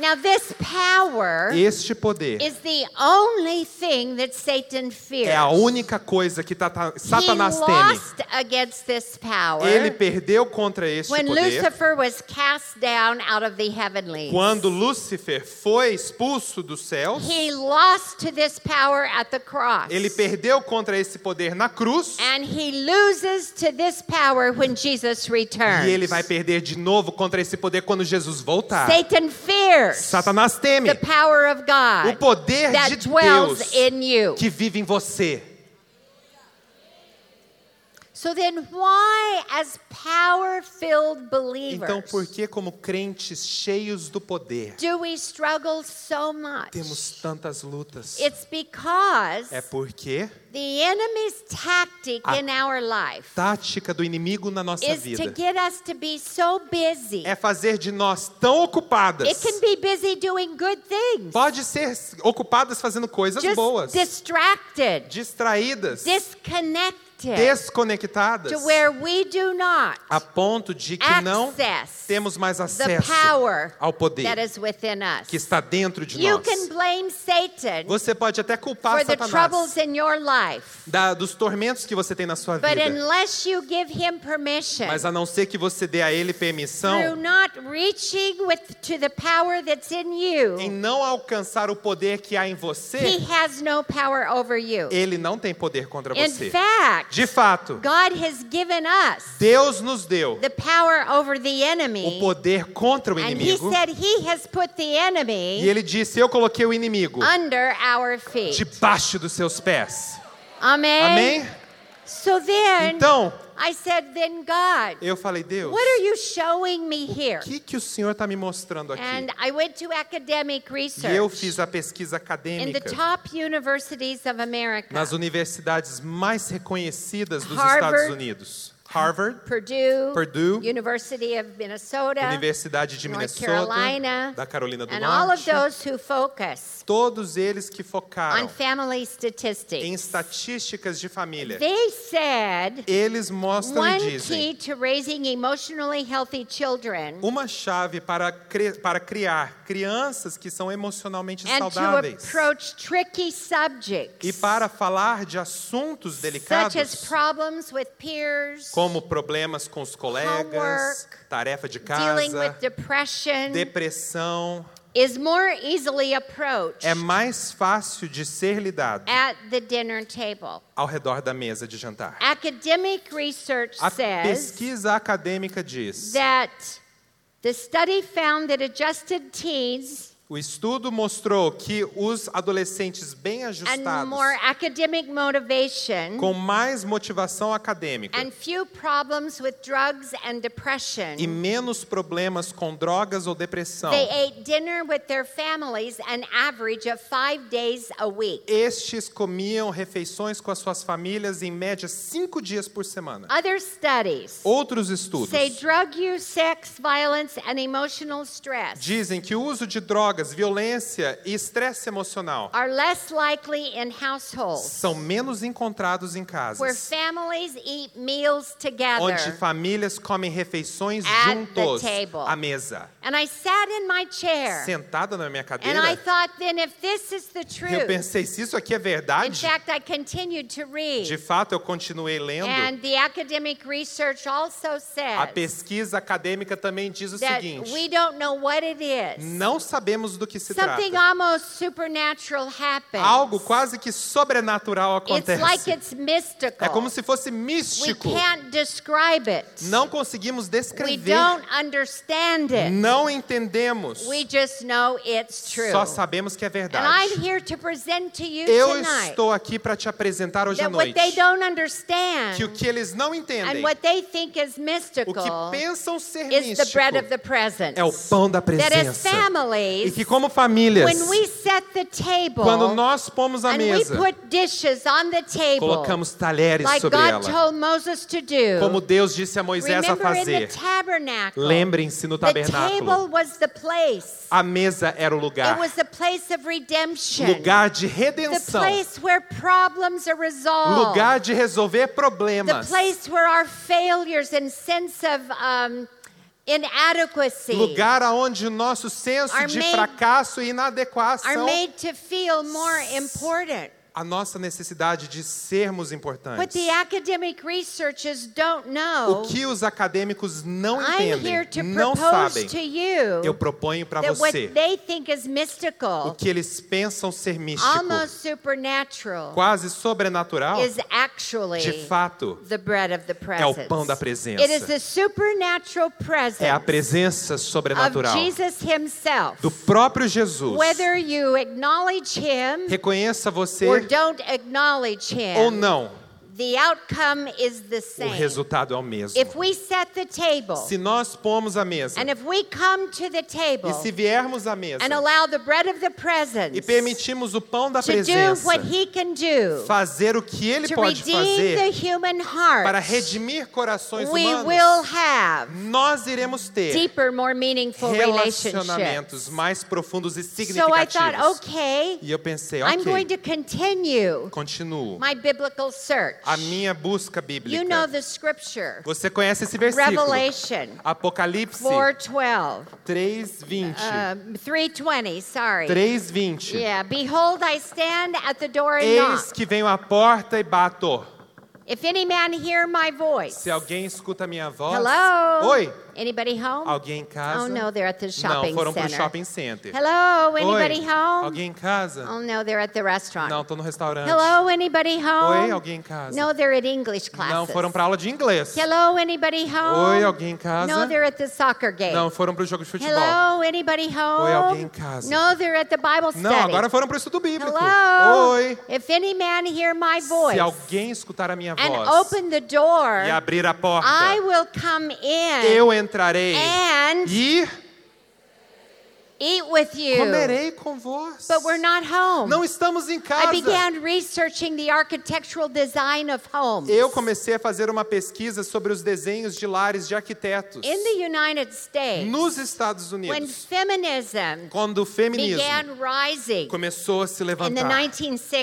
B: Now this power
C: Este poder
B: is the only thing that Satan fears.
C: é a única coisa que tata- Satanás
B: he
C: teme.
B: lost against this power
C: Ele perdeu contra este
B: when
C: poder
B: Lucifer was cast down out of the heavenlies.
C: quando Lúcifer foi expulso dos céus.
B: he lost to this power at the cross.
C: Ele perdeu contra esse poder na cruz
B: and he loses to this power when Jesus returns.
C: e ele vai perder de novo contra esse poder quando Jesus voltar.
B: Satan fears
C: Satanás teme
B: the power of
C: o
B: God
C: poder
B: that
C: de
B: dwells
C: Deus
B: in you.
C: que vive em você.
B: So then why as power-filled believers
C: Então, por que, como crentes cheios do poder,
B: do we struggle so much?
C: temos tantas lutas?
B: It's because
C: É porque
B: the enemy's tactic
C: A
B: in our life
C: tática do inimigo na nossa
B: is to
C: vida
B: get us to be so busy.
C: é fazer de nós tão ocupadas.
B: It can be busy doing good things,
C: Pode ser ocupadas fazendo coisas
B: just
C: boas,
B: distracted,
C: distraídas,
B: disconnected,
C: desconectadas,
B: to where we do not
C: a ponto de que não
B: access
C: temos mais
B: the
C: acesso
B: power
C: ao poder
B: that is within us.
C: que está dentro de
B: You
C: nós.
B: can blame Satan
C: Você pode até culpar
B: for the troubles
C: Satanás
B: in your life,
C: da- dos tormentos que você tem na sua
B: but
C: vida.
B: unless you give him permission
C: Mas a não ser que você dê a ele
B: through
C: permissão
B: not reaching with to the power that's in
C: em
B: you,
C: não alcançar o poder que há em
B: he
C: você,
B: has no power over you.
C: ele não tem poder contra
B: In
C: você.
B: fact,
C: De fato,
B: God has given us
C: Deus nos deu
B: the power over the
C: o
B: enemy,
C: poder contra o
B: and he
C: inimigo
B: said he has put the
C: e
B: enemy
C: ele disse: Eu coloquei o inimigo
B: under our feet.
C: debaixo dos seus pés. Amém?
B: Amen. So then
C: Então,
B: I said, then God,
C: eu falei: Deus,
B: what are you showing me here?
C: o que, que o Senhor está me mostrando aqui?
B: And I went to academic
C: E eu
B: research
C: fiz a pesquisa
B: in the
C: acadêmica
B: top universities of America.
C: nas universidades mais reconhecidas dos
B: Harvard,
C: Estados Unidos. Harvard,
B: Purdue,
C: Purdue,
B: University of Minnesota,
C: Universidade de
B: North
C: Minnesota,
B: Carolina,
C: da Carolina do
B: and all of
C: Norte,
B: those who focus
C: todos eles que
B: on
C: focaram
B: family
C: em
B: statistics.
C: estatísticas de família.
B: They said
C: Eles mostram
B: one
C: e dizem
B: key to raising emotionally healthy children
C: uma chave para, cri- para criar crianças que são emocionalmente
B: and to
C: saudáveis
B: approach tricky subjects
C: e para falar de assuntos
B: such as
C: delicados
B: problems with peers,
C: como problemas com os colegas, tarefa de
B: dealing with
C: casa,
B: depression,
C: depressão,
B: is more easily approached
C: é mais fácil de ser lidado
B: at the dinner table.
C: ao redor da mesa de jantar.
B: Academic research
C: A
B: says
C: pesquisa acadêmica diz:
B: that the study found that adjusted teens
C: o estudo mostrou que os adolescentes bem
B: and
C: ajustados,
B: more academic motivation
C: com mais motivação acadêmica
B: and few problems with drugs and
C: e
B: depression.
C: menos problemas com drogas ou depressão,
B: They ate dinner with their families an average of five days a week.
C: estes comiam refeições com as suas famílias em média cinco dias por semana.
B: Other studies
C: Outros estudos
B: say drug use, sex, violence, and emotional stress
C: dizem que o uso de drogas, violência e estresse emocional
B: are less likely in households
C: são menos encontrados em
B: where
C: casas
B: families eat meals
C: onde
B: together.
C: famílias comem refeições
B: At
C: juntos
B: the table.
C: à mesa.
B: And I sat in my chair
C: Sentada na minha
B: and I
C: cadeira,
B: thought, then if this is the truth,
C: eu pensei, se isso aqui é
B: in
C: verdade,
B: fact, I continued to read.
C: de fato eu continuei lendo.
B: And the academic research also
C: A
B: says
C: pesquisa acadêmica também diz o
B: that
C: seguinte:
B: we don't know what it is.
C: não sabemos do que se
B: Something
C: trata.
B: almost supernatural happens.
C: Algo quase que sobrenatural
B: It's like
C: acontece.
B: it's mystical.
C: É como se fosse
B: we
C: místico.
B: can't describe it.
C: Não conseguimos
B: we
C: descrever.
B: don't understand it.
C: Não entendemos.
B: We just know it's true.
C: Só sabemos que é
B: and
C: verdade.
B: I'm here to present to you
C: Eu
B: tonight
C: estou aqui para te apresentar hoje à
B: that what they
C: noite
B: don't understand
C: que o que eles não
B: and
C: entendem,
B: what they think is
C: o
B: mystical
C: que pensam ser
B: is the bread of
C: místico,
B: the present.
C: é o pão da
B: that as
C: presença. E
B: families,
C: que como famílias,
B: when we set the table
C: quando nós pomos a
B: and we
C: mesa,
B: put dishes on the table,
C: colocamos talheres
B: like
C: sobre
B: God
C: ela,
B: told Moses to do,
C: como Deus disse a Moisés a
B: remember in the
C: fazer.
B: tabernacle,
C: Lembrem-se no
B: the table
C: tabernáculo,
B: was the place.
C: a mesa era o
B: It
C: lugar,
B: was the place of redemption.
C: lugar de
B: the
C: redenção,
B: place where problems are resolved.
C: lugar de resolver
B: the
C: problemas,
B: place where our failures and sense of um, inadequacy
C: lugar aonde o nosso senso
B: Are
C: de
B: made-
C: fracasso e
B: are
C: inadequação,
B: made to feel more important.
C: a nossa necessidade de sermos
B: What
C: importantes.
B: the academic researchers don't
C: O
B: know,
C: que os acadêmicos não
B: I'm here to
C: entendem, não
B: propose
C: sabem,
B: to you
C: eu proponho para
B: that what
C: você
B: they think is
C: o
B: mystical,
C: que eles pensam ser místico,
B: almost supernatural,
C: quase sobrenatural,
B: is actually
C: de fato
B: the bread of the
C: o
B: presence.
C: pão da presença.
B: It is the supernatural
C: é a
B: presence
C: presença
B: of
C: sobrenatural
B: Jesus himself.
C: do próprio Jesus.
B: Whether you acknowledge him
C: Reconheça
B: or
C: você
B: don't acknowledge
C: ou
B: him,
C: não,
B: the outcome is the
C: o
B: same.
C: resultado é o mesmo.
B: If we set the table,
C: Se nós pomos a mesa
B: and if we come to the table
C: e se viermos à mesa
B: and allow the bread of the presence
C: e permitimos o pão da
B: to do
C: presença
B: what he can do
C: fazer o que ele
B: to
C: pode
B: redeem the
C: fazer
B: human heart,
C: para redimir corações
B: we will
C: humanos,
B: have
C: nós iremos ter
B: deeper, more meaningful relationships.
C: relacionamentos mais profundos e
B: So I thought,
C: significativos.
B: okay,
C: E eu pensei,
B: I'm going
C: ok,
B: to continue
C: continuo
B: my biblical search.
C: a minha busca
B: You know
C: bíblica.
B: the scripture,
C: Você conhece esse versículo?
B: Revelation
C: Apocalipse
B: 4:12,
C: 3:20.
B: um, 3:20. Sorry.
C: 3:20.
B: Yeah. Behold, I stand at the door and
C: Eis
B: knock.
C: que venho à porta e bato.
B: If any man hear my voice,
C: Se alguém escuta a minha voz.
B: hello.
C: Oi.
B: Anybody home?
C: Alguém em casa?
B: Oh no, they're at the shopping
C: Não, foram pro
B: center.
C: shopping center.
B: Hello, anybody
C: Oi.
B: home?
C: Alguém em casa?
B: Oh no, they're at the restaurant.
C: Não, tô no restaurante.
B: Hello, anybody home?
C: Oi, alguém em casa?
B: No, they're at English classes.
C: Não, foram pra aula de inglês.
B: Hello, anybody home?
C: Oi, alguém em casa?
B: No, they're at the soccer game.
C: Não, foram pro jogo de futebol.
B: É. Hello, anybody home?
C: alguém em casa?
B: No, they're at the Bible study.
C: Não, agora foram pro estudo bíblico.
B: Hello.
C: Oi.
B: If any man hear my voice
C: Se alguém escutar a minha
B: and
C: voz
B: open the door,
C: e abrir a porta,
B: I will come in
C: eu entrarei
B: and
C: e
B: eat with you.
C: Comerei com vós.
B: But we're not home.
C: Não estamos em
B: I
C: casa.
B: began researching the architectural design of homes.
C: Eu comecei a fazer uma pesquisa sobre os desenhos de lares de arquitetos
B: In the United States,
C: nos Estados
B: when
C: Unidos.
B: feminism
C: Quando o feminismo
B: began rising
C: começou a se
B: in the
C: levantar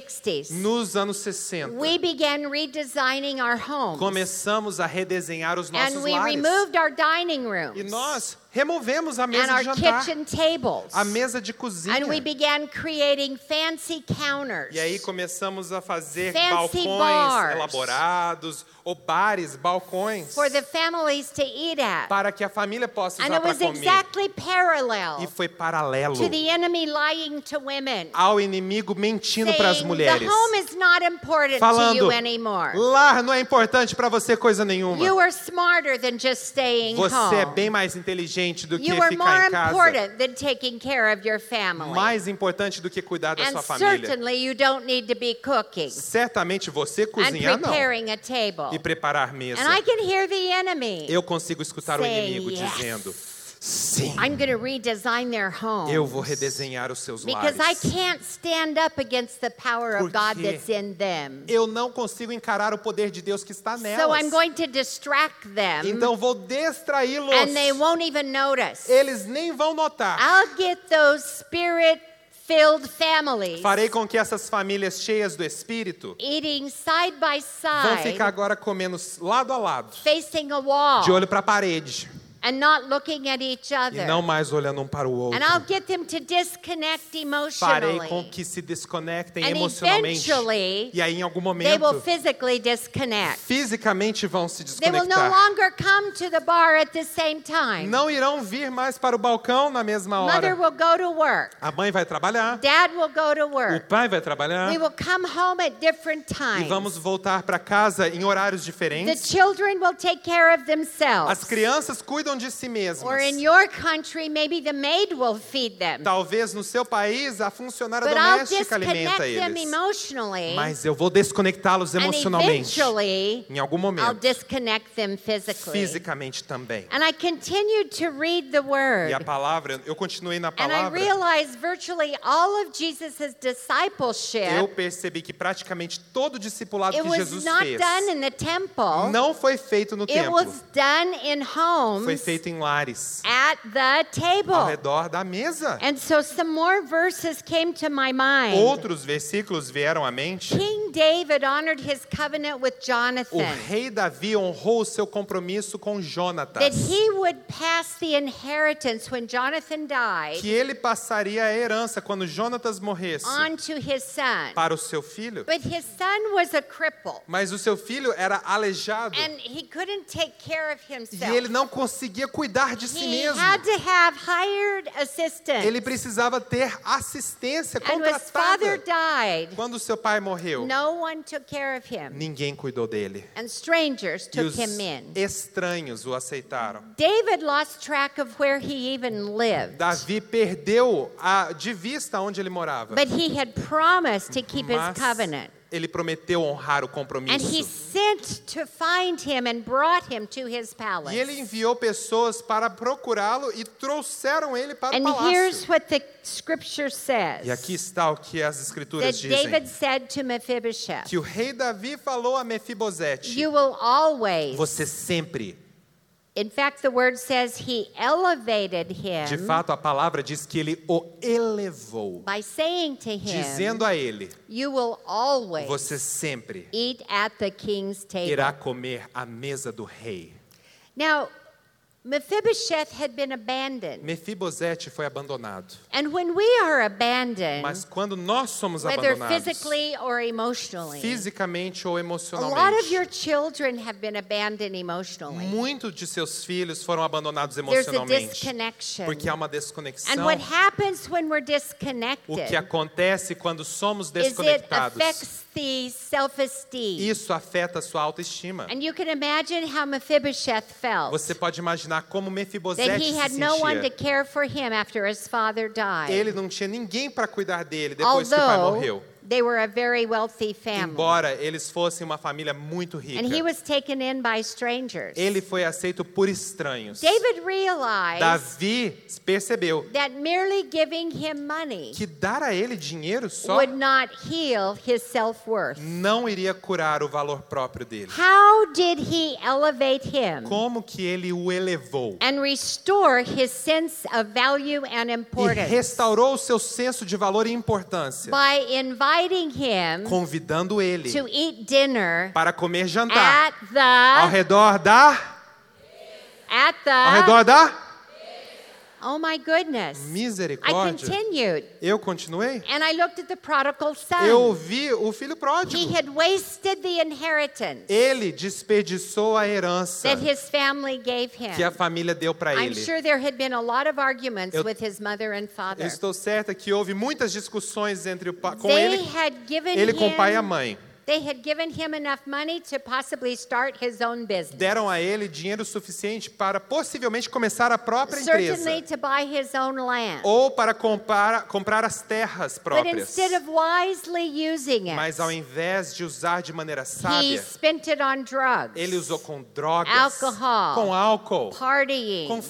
B: 1960s,
C: nos anos 60,
B: we began redesigning our homes.
C: começamos a redesenhar os
B: And
C: nossos
B: we
C: lares.
B: removed our dining
C: E
B: rooms
C: nós removemos a
B: and
C: mesa
B: our
C: de jantar,
B: kitchen tables.
C: a mesa de cozinha.
B: And we began creating fancy counters.
C: E aí começamos a fazer
B: Fancy
C: balcões
B: bars.
C: elaborados, ou bares, balcões,
B: for the families to eat at.
C: para que a família possa
B: And
C: usar
B: it
C: para
B: was
C: comer.
B: exactly
C: E
B: parallel
C: foi paralelo
B: to the enemy lying to women,
C: ao inimigo mentindo para as
B: saying, The
C: mulheres,
B: home is not important to
C: falando:
B: you anymore.
C: lar não é importante para você coisa
B: You
C: nenhuma.
B: are smarter than just staying
C: Você é
B: home.
C: bem mais inteligente do que
B: you are more
C: ficar em casa,
B: important than taking care of your family.
C: mais importante do que cuidar da
B: and
C: sua família.
B: certainly you don't need to be cooking
C: Certamente você
B: and
C: cozinhar não
B: preparing a table.
C: e preparar mesa.
B: And I can hear the enemy.
C: Eu consigo escutar o
B: Say
C: inimigo
B: yes.
C: dizendo: Sim,
B: I'm going to redesign their home.
C: eu vou redesenhar os seus lares.
B: Because I can't stand up against the power of God
C: Porque
B: that's in them.
C: Eu não consigo encarar o poder de Deus que está
B: So I'm
C: nelas.
B: going to distract them
C: Então vou distraí-los.
B: and they won't even notice.
C: Eles nem vão notar.
B: I'll get those spirit filled families
C: Farei com que essas famílias cheias do Espírito
B: eating side by
C: vão ficar
B: side,
C: agora comendo lado a lado,
B: facing a
C: de
B: wall
C: olho para a parede,
B: and not looking at each
C: e não
B: other.
C: mais olhando um para o outro.
B: And I'll get them to disconnect
C: Farei com
B: emotionally.
C: que se desconectem
B: And
C: emocionalmente.
B: eventually,
C: E aí, em algum
B: They will
C: momento,
B: physically disconnect.
C: fisicamente vão se
B: They will no
C: desconectar.
B: longer come to the bar at the same time.
C: Não irão vir mais para o balcão na mesma
B: Mother
C: hora.
B: will go to work.
C: A mãe vai trabalhar,
B: Dad will go to
C: o
B: work.
C: pai vai trabalhar,
B: We will come home at different
C: e
B: times.
C: vamos voltar para casa em horários
B: The
C: diferentes.
B: children will take care of
C: As
B: themselves.
C: crianças cuidam de si mesmas.
B: Or in your country, maybe the maid will feed them.
C: Talvez no seu país a funcionária
B: But I'll
C: doméstica
B: disconnect
C: alimenta
B: them
C: eles.
B: emotionally.
C: Mas eu vou desconectá-los
B: And
C: emocionalmente.
B: eventually,
C: Em algum
B: I'll
C: momento.
B: disconnect them physically.
C: Fisicamente também.
B: And I continued to read the
C: E a
B: word.
C: palavra, eu continuei na
B: And I
C: palavra.
B: realized virtually all of Jesus'
C: Eu
B: discipleship,
C: percebi que praticamente todo o discipulado
B: it
C: que
B: was
C: Jesus
B: not
C: fez
B: done in the temple.
C: não foi feito no
B: It
C: templo.
B: was done in
C: Foi
B: homes
C: feito em lares,
B: at the
C: ao
B: table.
C: redor da mesa.
B: And so some more verses came to my mind.
C: Outros versículos vieram à mente.
B: King David honored his covenant with
C: O
B: Jonathan
C: rei Davi honrou o seu compromisso com Jonatas,
B: that he would pass the inheritance when Jonathan died
C: que ele passaria a herança quando Jonatas morresse
B: on to his son.
C: para o seu filho.
B: But his son was a cripple
C: Mas o seu filho era aleijado
B: and he couldn't take care of
C: e
B: himself.
C: ele não conseguia cuidar de si
B: He
C: mesmo.
B: had to have hired
C: Ele
B: assistance.
C: precisava ter assistência
B: And when his father
C: contratada.
B: died,
C: Quando seu pai morreu,
B: no one took care of him.
C: ninguém cuidou dele.
B: and strangers
C: E
B: took
C: os
B: him in.
C: estranhos o aceitaram.
B: David lost track of where he even lived,
C: Davi perdeu a- de vista onde ele morava.
B: but he had promised to keep his
C: Mas
B: covenant.
C: ele prometeu honrar o
B: And he
C: compromisso.
B: sent to find him and brought him to his palace.
C: E ele enviou pessoas para procurá-lo e trouxeram ele para o
B: And here's
C: palácio.
B: what the scripture says
C: E aqui está o que as escrituras
B: that
C: dizem.
B: David said to Mephibosheth,
C: Que o rei Davi falou a Mefibosete.
B: You will always,
C: Você sempre.
B: in fact, the word says he elevated
C: De
B: him
C: fato, a palavra diz que ele o elevou.
B: by saying to him,
C: Dizendo a ele,
B: You will always
C: você sempre
B: eat at the king's table.
C: irá comer à mesa do rei.
B: Now, Mephibosheth had been abandoned.
C: Mefibosete foi abandonado.
B: And when we are abandoned,
C: Mas quando nós somos
B: É. whether
C: abandonados,
B: physically or emotionally,
C: fisicamente
B: a
C: ou
B: lot of
C: emocionalmente,
B: your children have been abandoned emotionally.
C: muitos de seus filhos foram abandonados
B: There's a
C: emocionalmente.
B: disconnection.
C: Porque há uma
B: And
C: desconexão.
B: what happens when we're
C: O que
B: disconnected
C: acontece quando somos
B: is it
C: desconectados?
B: affects the self esteem.
C: Isso afeta a sua autoestima.
B: And you can imagine how Mephibosheth felt
C: Você pode imaginar como
B: that
C: Mefibosete
B: he
C: se
B: had no one to
C: sentia.
B: care for him after his father died.
C: Ele não tinha ninguém para cuidar dele depois que o pai
B: Although
C: morreu.
B: They were a very wealthy family.
C: Embora eles fossem uma família muito
B: And he
C: rica,
B: was taken in by strangers.
C: ele foi aceito por estranhos.
B: David realized
C: Davi percebeu
B: that merely giving him money
C: que dar a ele dinheiro só
B: would not heal his self worth.
C: não iria curar o valor próprio dele.
B: How did he elevate him
C: Como que ele o elevou
B: and restore his sense of value and
C: e
B: importance?
C: restaurou o seu senso de valor e importância,
B: By inviting him
C: convidando ele
B: to eat dinner
C: para comer jantar
B: at the
C: ao redor da
B: at
C: ao
B: the
C: redor da
B: oh my goodness i
C: misericórdia.
B: continued
C: Eu continuei.
B: and i looked at the prodigal
C: Eu
B: son
C: ouvi o filho
B: he
C: pródigo.
B: had wasted the inheritance
C: Ele desperdiçou a herança
B: that his family gave him
C: que a família deu para
B: i'm
C: ele.
B: sure there had been a lot of arguments
C: Eu-
B: with his mother and
C: Eu
B: father
C: estou certa que houve muitas discussões entre o pa- com
B: they
C: ele,
B: had given
C: ele
B: him
C: com o pai e a mãe.
B: they had given him enough money to possibly start his own business
C: Deram a ele dinheiro suficiente para possivelmente começar a própria
B: certainly to
C: empresa
B: buy his own land
C: ou para comprar, comprar as terras
B: but
C: próprias.
B: instead of wisely using it
C: Mas ao invés de usar de maneira
B: he
C: sábia,
B: spent it on drugs
C: ele usou com drogas,
B: Alcohol.
C: com álcool,
B: partying
C: com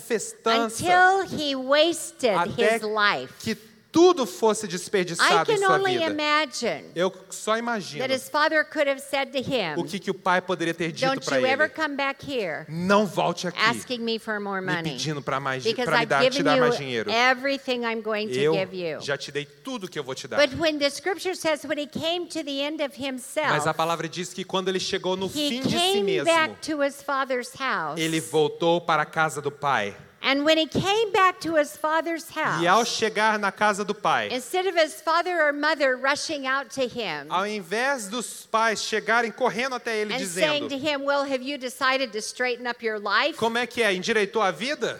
C: festança,
B: until he wasted
C: até
B: his life.
C: que tudo fosse
B: I
C: desperdiçado em
B: can
C: sua
B: only
C: vida.
B: imagine
C: Eu só imagino
B: that his father could have said to him,
C: o que, que o pai poderia ter dito
B: Don't
C: para
B: you ever
C: ele.
B: come back here
C: Não volte aqui.
B: asking me for more
C: E me
B: money
C: pedindo para mais
B: because
C: para me
B: I've
C: dar, te
B: given
C: dar mais
B: you
C: dinheiro.
B: everything I'm going to
C: Eu
B: give you.
C: já te dei tudo que eu vou te dar.
B: But when the scripture says, when he came to the end of
C: Mas a
B: himself,
C: palavra diz que quando ele chegou no
B: he
C: fim de si
B: came
C: mesmo,
B: back to his father's house.
C: ele voltou para a casa do pai.
B: And when he came back to his father's
C: E ao
B: house,
C: chegar na casa do pai,
B: instead of his father or mother rushing out to him,
C: ao invés dos pais chegarem correndo até ele
B: and
C: dizendo:
B: saying to him, Well, have you decided to straighten up your life?
C: Como é que é? Endireitou a vida?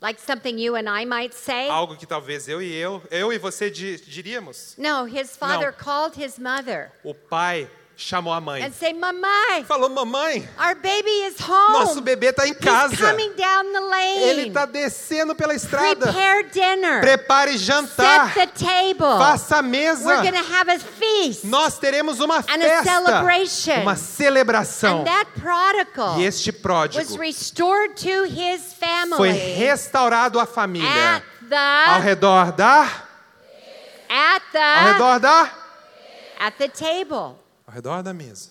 B: Like something you and I might say?
C: Algo que talvez eu e eu, eu e você di- diríamos.
B: No, his father
C: Não.
B: called his mother
C: O pai chamou a mãe.
B: and say, Mamai,
C: Falou: "Mamãe,
B: our baby is home.
C: nosso bebê tá em
B: He's
C: casa.
B: coming down the
C: Ele
B: lane.
C: tá descendo pela estrada."
B: Prepare dinner.
C: Prepare
B: Set
C: jantar.
B: the table.
C: Faça a mesa.
B: We're going to have a feast.
C: Nós teremos uma
B: a
C: festa.
B: celebration.
C: Uma celebração.
B: And that prodigal
C: E este
B: was
C: pródigo
B: restored to his family
C: foi restaurado à família.
B: at the,
C: Ao redor da.
B: at the,
C: Ao redor da.
B: at the table.
C: Ao redor da mesa.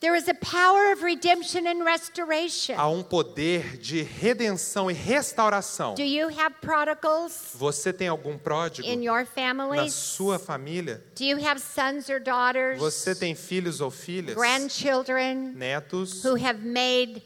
B: There is a power of redemption and restoration.
C: Há um poder de redenção e restauração.
B: Do you have prodigals
C: Você tem algum pródigo
B: in your
C: na
B: family?
C: sua família?
B: Do you have sons or daughters,
C: Você tem filhos ou filhas?
B: grandchildren
C: Netos
B: who have made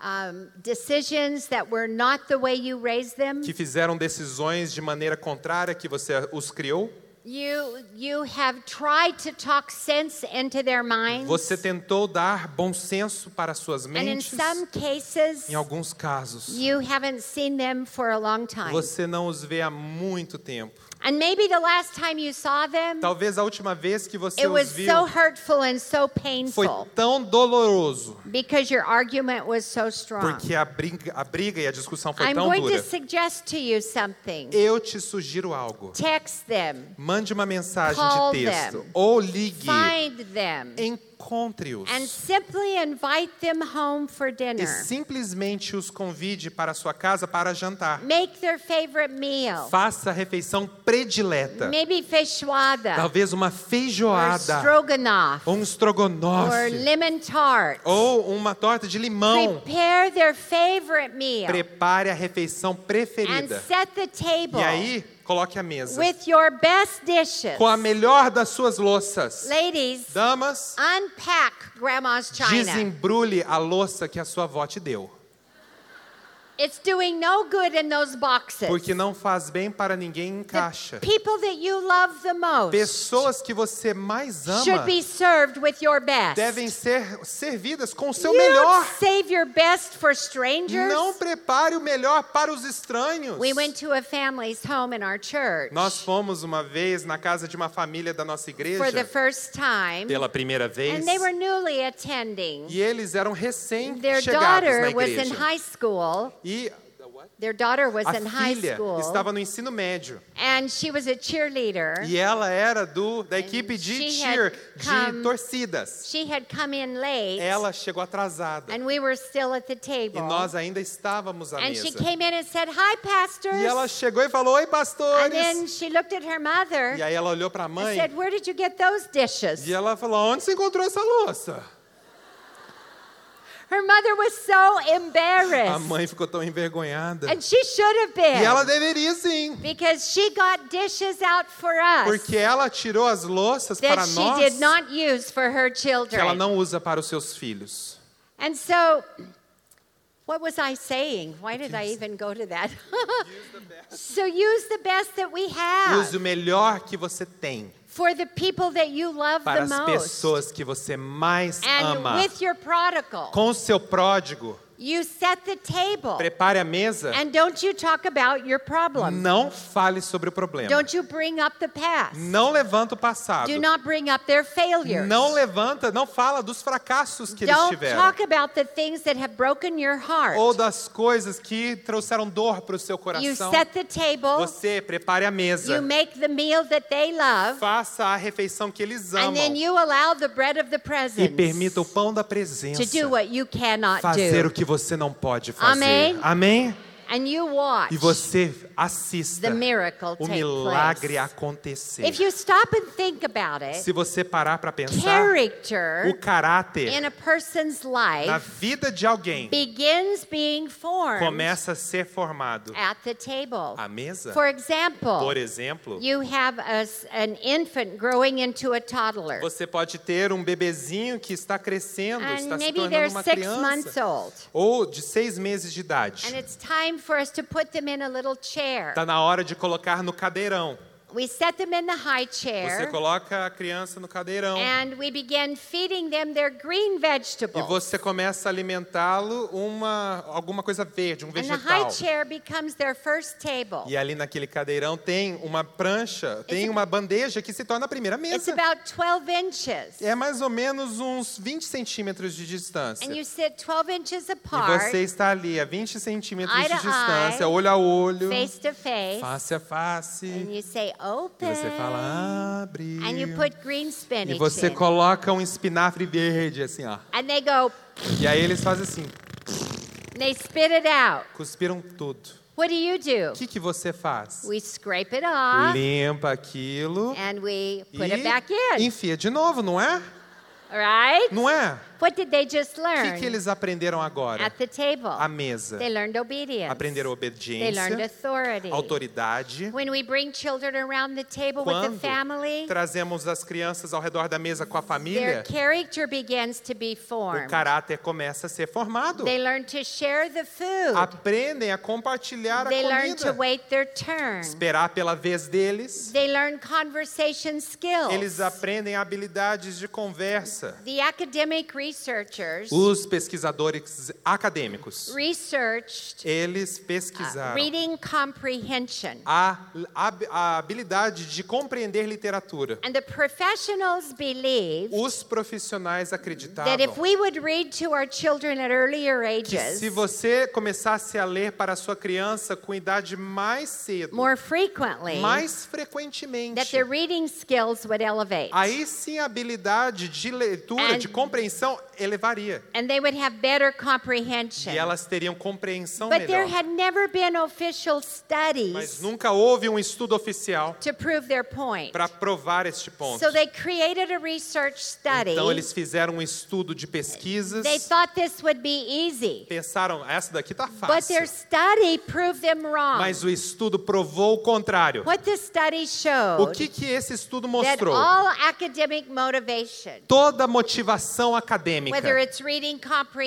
B: um, decisions that were not the way you raised them?
C: que fizeram decisões de maneira contrária que você os criou?
B: You you have tried to talk sense into their minds,
C: Você tentou dar bom senso para suas
B: and in
C: mentes?
B: some cases,
C: Em alguns casos,
B: you haven't seen them for a long time.
C: você não os vê há muito tempo.
B: And maybe the last time you saw them,
C: Talvez a última vez que você
B: it
C: os
B: was so
C: viu
B: hurtful and so
C: foi
B: painful.
C: tão doloroso,
B: Because your argument was so strong.
C: porque a briga, a briga e a discussão foi
B: I'm
C: tão
B: going to
C: dura.
B: suggest to you something.
C: Eu te sugiro algo.
B: Text them,
C: Mande uma mensagem
B: Call
C: de texto
B: them.
C: ou ligue.
B: find them,
C: Encontre-os
B: and simply invite them home for
C: e
B: dinner.
C: simplesmente os convide para a sua casa para jantar.
B: Make their favorite meal.
C: Faça a refeição predileta.
B: Maybe feijoada,
C: Talvez uma
B: or
C: feijoada,
B: stroganoff,
C: ou um
B: or
C: estrogonofe,
B: lemon tart.
C: ou uma torta de limão.
B: Prepare their favorite meal
C: Prepare a refeição
B: and
C: preferida.
B: set the table
C: E aí, coloque a mesa
B: with your best dishes.
C: com a melhor das suas louças.
B: Ladies,
C: Damas,
B: unpack grandma's china.
C: desembrulhe a louça que a sua avó te deu,
B: It's doing no good in those boxes.
C: porque não faz bem para ninguém em
B: the
C: caixa.
B: people that you love the most
C: Pessoas que você mais
B: should
C: ama
B: be served with your best.
C: devem ser servidas com o seu
B: you don't
C: melhor.
B: save your best for strangers.
C: Não prepare o melhor para os estranhos.
B: We went to a family's home in our church
C: Nós fomos uma vez na casa de uma família da nossa
B: for the
C: igreja
B: first time,
C: pela primeira vez.
B: and they were newly attending.
C: E eles eram recém
B: Their
C: chegados
B: daughter
C: na
B: was in
C: igreja.
B: high school,
C: E
B: Their daughter was
C: A
B: in high
C: filha
B: school,
C: estava no ensino médio.
B: and she was a cheerleader.
C: E ela era do, da equipe
B: she
C: de cheer,
B: had
C: de
B: come-
C: torcidas.
B: She had come in late,
C: Ela chegou atrasada.
B: and we were still at the
C: E
B: table.
C: nós ainda estávamos à
B: and she
C: mesa.
B: came in and said, "Hi, pastors."
C: E ela chegou e falou: Oi,
B: and then
C: pastores.
B: she looked at her mother
C: E aí ela olhou para a
B: and
C: mãe
B: said, "Where did you get those dishes?"
C: e ela falou: Onde você encontrou essa louça?
B: Her mother was so
C: A
B: embarrassed,
C: mãe ficou tão envergonhada.
B: and she should have been.
C: E ela deveria sim,
B: because she got dishes out for us
C: porque ela tirou as louças para
B: that she
C: nós
B: did not use for her
C: que ela
B: children.
C: não usa para os seus filhos.
B: And so, what was I saying? Why did I even go to that? [laughs] so, use the best that we have
C: Use o melhor que você tem
B: for Ah. the people that you love
C: para
B: the
C: as
B: most.
C: pessoas que você mais
B: And
C: ama.
B: with your prodigal,
C: Com o seu pródigo,
B: you set the table.
C: prepare a mesa.
B: And don't you talk about your problem.
C: Não fale sobre o problema.
B: Don't you bring up the past.
C: Não levanta o passado.
B: Do not bring up their failures.
C: Não levanta, não fala dos fracassos que eles
B: Don't
C: tiveram.
B: talk about the things that have broken your heart.
C: Ou das coisas que trouxeram dor para o seu
B: You
C: coração.
B: set the table,
C: Você prepare a
B: you
C: mesa.
B: make the meal that they love,
C: Faça a refeição que eles
B: and then
C: amam.
B: you allow the bread of the
C: E
B: presence
C: permita o pão da presença
B: to do what you cannot
C: fazer o
B: do.
C: que você não pode fazer.
B: Amém?
C: Amém?
B: And you watch
C: E você assista
B: the miracle
C: o
B: take place.
C: milagre
B: If
C: acontecer.
B: you stop and think about it,
C: Se você parar para pensar,
B: character
C: o caráter
B: in a person's
C: na
B: life
C: vida de alguém
B: begins being formed
C: começa a ser formado
B: at the table.
C: à mesa.
B: For example,
C: Por exemplo,
B: you have a s an infant growing into a toddler.
C: Você pode ter um bebezinho que está crescendo, está
B: And
C: se
B: maybe
C: tornando
B: they're
C: uma
B: six months
C: criança.
B: old.
C: Ou de seis meses de
B: And
C: idade.
B: it's time for us to put them in a little chair.
C: Está na hora de colocar no cadeirão.
B: We set them in the high
C: Você
B: chair
C: coloca a criança no cadeirão.
B: and we begin feeding them their green
C: E
B: vegetables.
C: você começa a alimentá-lo uma alguma coisa verde, um
B: And the high
C: vegetal.
B: chair becomes their first table.
C: E ali naquele cadeirão tem uma prancha, tem
B: a-
C: uma bandeja que se torna a primeira
B: It's
C: mesa.
B: about 12 inches.
C: É mais ou menos uns 20 centímetros de distância.
B: And you sit 12 inches
C: E
B: apart,
C: você está ali a 20 centímetros
B: Eye
C: de
B: to
C: distância,
B: eye,
C: olho a olho.
B: face to face,
C: Face a
B: and
C: face.
B: you say
C: E
B: open.
C: você fala, abre.
B: And you put green
C: E
B: spinach
C: você
B: in.
C: coloca um espinafre verde, assim, ó.
B: And they go,
C: E aí eles fazem assim,
B: and they spit it out.
C: cuspiram tudo.
B: What do you do?
C: O que, que você faz?
B: We scrape it off
C: Limpa aquilo
B: and we
C: e
B: put it back in.
C: enfia de novo, não é?
B: Right?
C: Não é?
B: What did they just
C: O que,
B: learn
C: que eles aprenderam agora?
B: at the table?
C: À mesa.
B: They learned obedience.
C: Aprenderam
B: They learned
C: obediência,
B: authority.
C: autoridade.
B: When we bring children around the table with the
C: Quando
B: family,
C: trazemos as crianças ao redor da mesa com a
B: their
C: família,
B: character begins to be
C: o
B: formed.
C: caráter começa a ser formado.
B: They learn to share the food.
C: aprendem a compartilhar a
B: They learn to
C: comida,
B: wait their turn.
C: esperar pela vez deles.
B: They learn conversation skills.
C: Eles aprendem habilidades de conversa.
B: The academic researchers
C: Os pesquisadores acadêmicos,
B: researched
C: eles
B: uh,
C: pesquisaram
B: reading comprehension.
C: a, a, a habilidade de compreender literatura.
B: And the professionals believe
C: Os profissionais
B: that if
C: acreditavam
B: we would read to our children at earlier
C: que
B: ages
C: se você começasse a ler para a sua criança com idade mais cedo,
B: more frequently,
C: mais
B: that
C: frequentemente,
B: their reading skills would elevate.
C: aí sim a habilidade de leitura,
B: And-
C: de compreensão, elevaria.
B: And they would have better
C: E
B: comprehension.
C: elas teriam compreensão
B: But there
C: melhor.
B: had never been official
C: Mas
B: studies
C: nunca houve um estudo oficial
B: to prove their point.
C: para provar este ponto.
B: So they created a research study.
C: Então eles fizeram um estudo de pesquisas,
B: They thought this would be easy.
C: pensaram, essa daqui tá
B: But
C: fácil.
B: their study proved them wrong.
C: Mas o estudo provou o contrário.
B: What the study
C: O
B: showed
C: que que esse estudo
B: that
C: mostrou?
B: all academic motivation,
C: Toda motivação acadêmica,
B: whether it's reading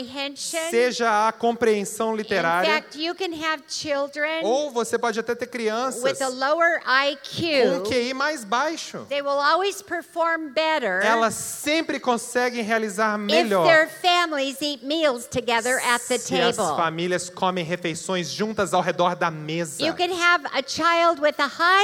B: comprehension,
C: seja a compreensão
B: in
C: literária,
B: fact, you can have children
C: ou você pode até ter crianças
B: with a lower
C: com um
B: IQ.
C: QI mais baixo.
B: They will always perform better
C: Elas sempre conseguem realizar
B: if their
C: melhor
B: families eat meals together at the
C: se as
B: table.
C: famílias comem refeições juntas ao redor da mesa.
B: You can have a child with a high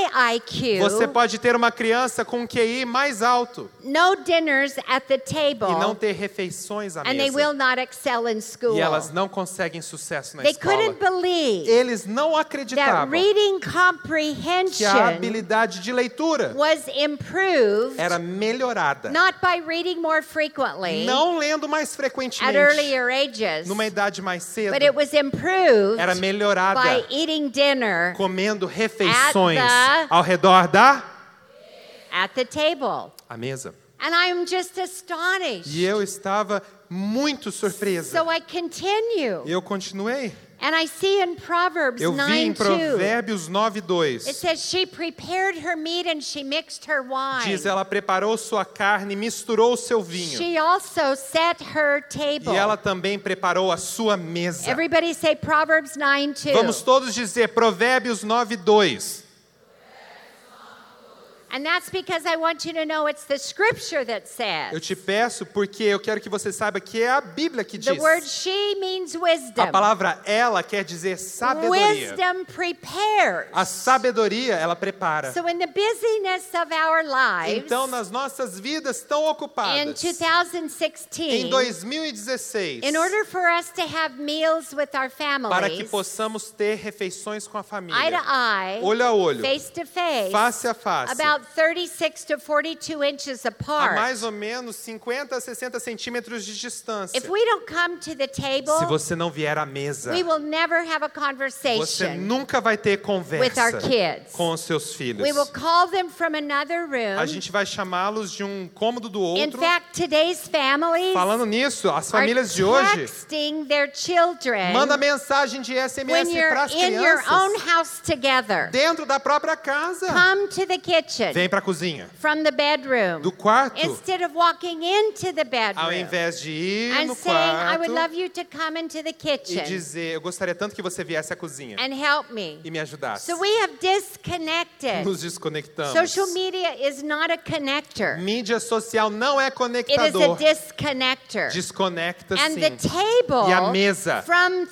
C: Você
B: IQ,
C: pode ter uma criança com um QI mais alto
B: no dinners at the
C: e não
B: table,
C: ter refeições à
B: and they
C: mesa.
B: will not excel in school.
C: E elas não conseguem sucesso na
B: They
C: escola.
B: couldn't believe
C: Eles não
B: that
C: acreditavam
B: reading
C: que a
B: comprehension
C: habilidade de leitura
B: was improved
C: era melhorada.
B: not by reading more frequently
C: Não lendo mais
B: at
C: frequentemente,
B: earlier ages,
C: numa idade mais cedo,
B: but it was improved
C: era melhorada
B: by eating dinner
C: comendo refeições
B: at the-
C: ao redor da
B: at the table.
C: a mesa.
B: And I'm just astonished.
C: E eu estava muito surpresa.
B: So uh, I continue.
C: E eu continuei.
B: And I see in Proverbs
C: Eu vi em
B: 9 2,
C: Provérbios
B: it
C: 9:2.
B: says, She prepared her meat and she mixed her wine.
C: Diz ela preparou sua carne e misturou o seu vinho.
B: She also set her
C: E
B: table.
C: ela também preparou a sua mesa.
B: Everybody say Proverbs 9 2.
C: Vamos todos dizer Provérbios 9:2.
B: And that's because I want you to know it's the scripture that says.
C: Eu te peço porque eu quero que você saiba que é a Bíblia que
B: The word
C: diz.
B: she means
C: A
B: wisdom.
C: palavra ela quer dizer sabedoria.
B: Wisdom prepares.
C: A sabedoria ela prepara.
B: So in the busyness of our lives
C: Então nas nossas vidas tão
B: in
C: ocupadas. Em
B: 2016,
C: 2016,
B: in order for us to have meals with our
C: para que
B: families,
C: possamos ter refeições com a
B: eye to
C: família,
B: eye,
C: olho a olho,
B: face to face,
C: face a face,
B: about 36 to 42 inches
C: a
B: apart.
C: mais ou menos 50 a 60 centímetros de distância.
B: If we don't come to the
C: Se
B: table,
C: você não vier à mesa,
B: we will never have a
C: você
B: conversation.
C: nunca vai ter conversa
B: our kids.
C: com os seus filhos.
B: We will call them from another
C: A
B: room.
C: gente vai chamá-los de um cômodo do
B: In
C: outro.
B: fact, today's families
C: Falando nisso, as
B: are
C: famílias de hoje
B: texting their children
C: manda mensagem de
B: when
C: SMS
B: you're
C: para as
B: in your own
C: crianças
B: house together.
C: dentro da própria casa.
B: Come to the kitchen
C: Vem para a cozinha.
B: from the bedroom
C: Do quarto
B: instead of walking into the
C: ao
B: bedroom
C: invés de ir
B: and
C: no
B: saying, I would love
C: quarto
B: you to come into the
C: e
B: kitchen
C: dizer, eu gostaria tanto que você viesse à cozinha
B: and help me.
C: e me ajudasse.
B: So we have disconnected.
C: Nos desconectamos.
B: Social media is not a connector.
C: Mídia social não é
B: It is a
C: conectador.
B: disconnector.
C: Desconecta
B: And the
C: sim.
B: table
C: E a mesa.
B: from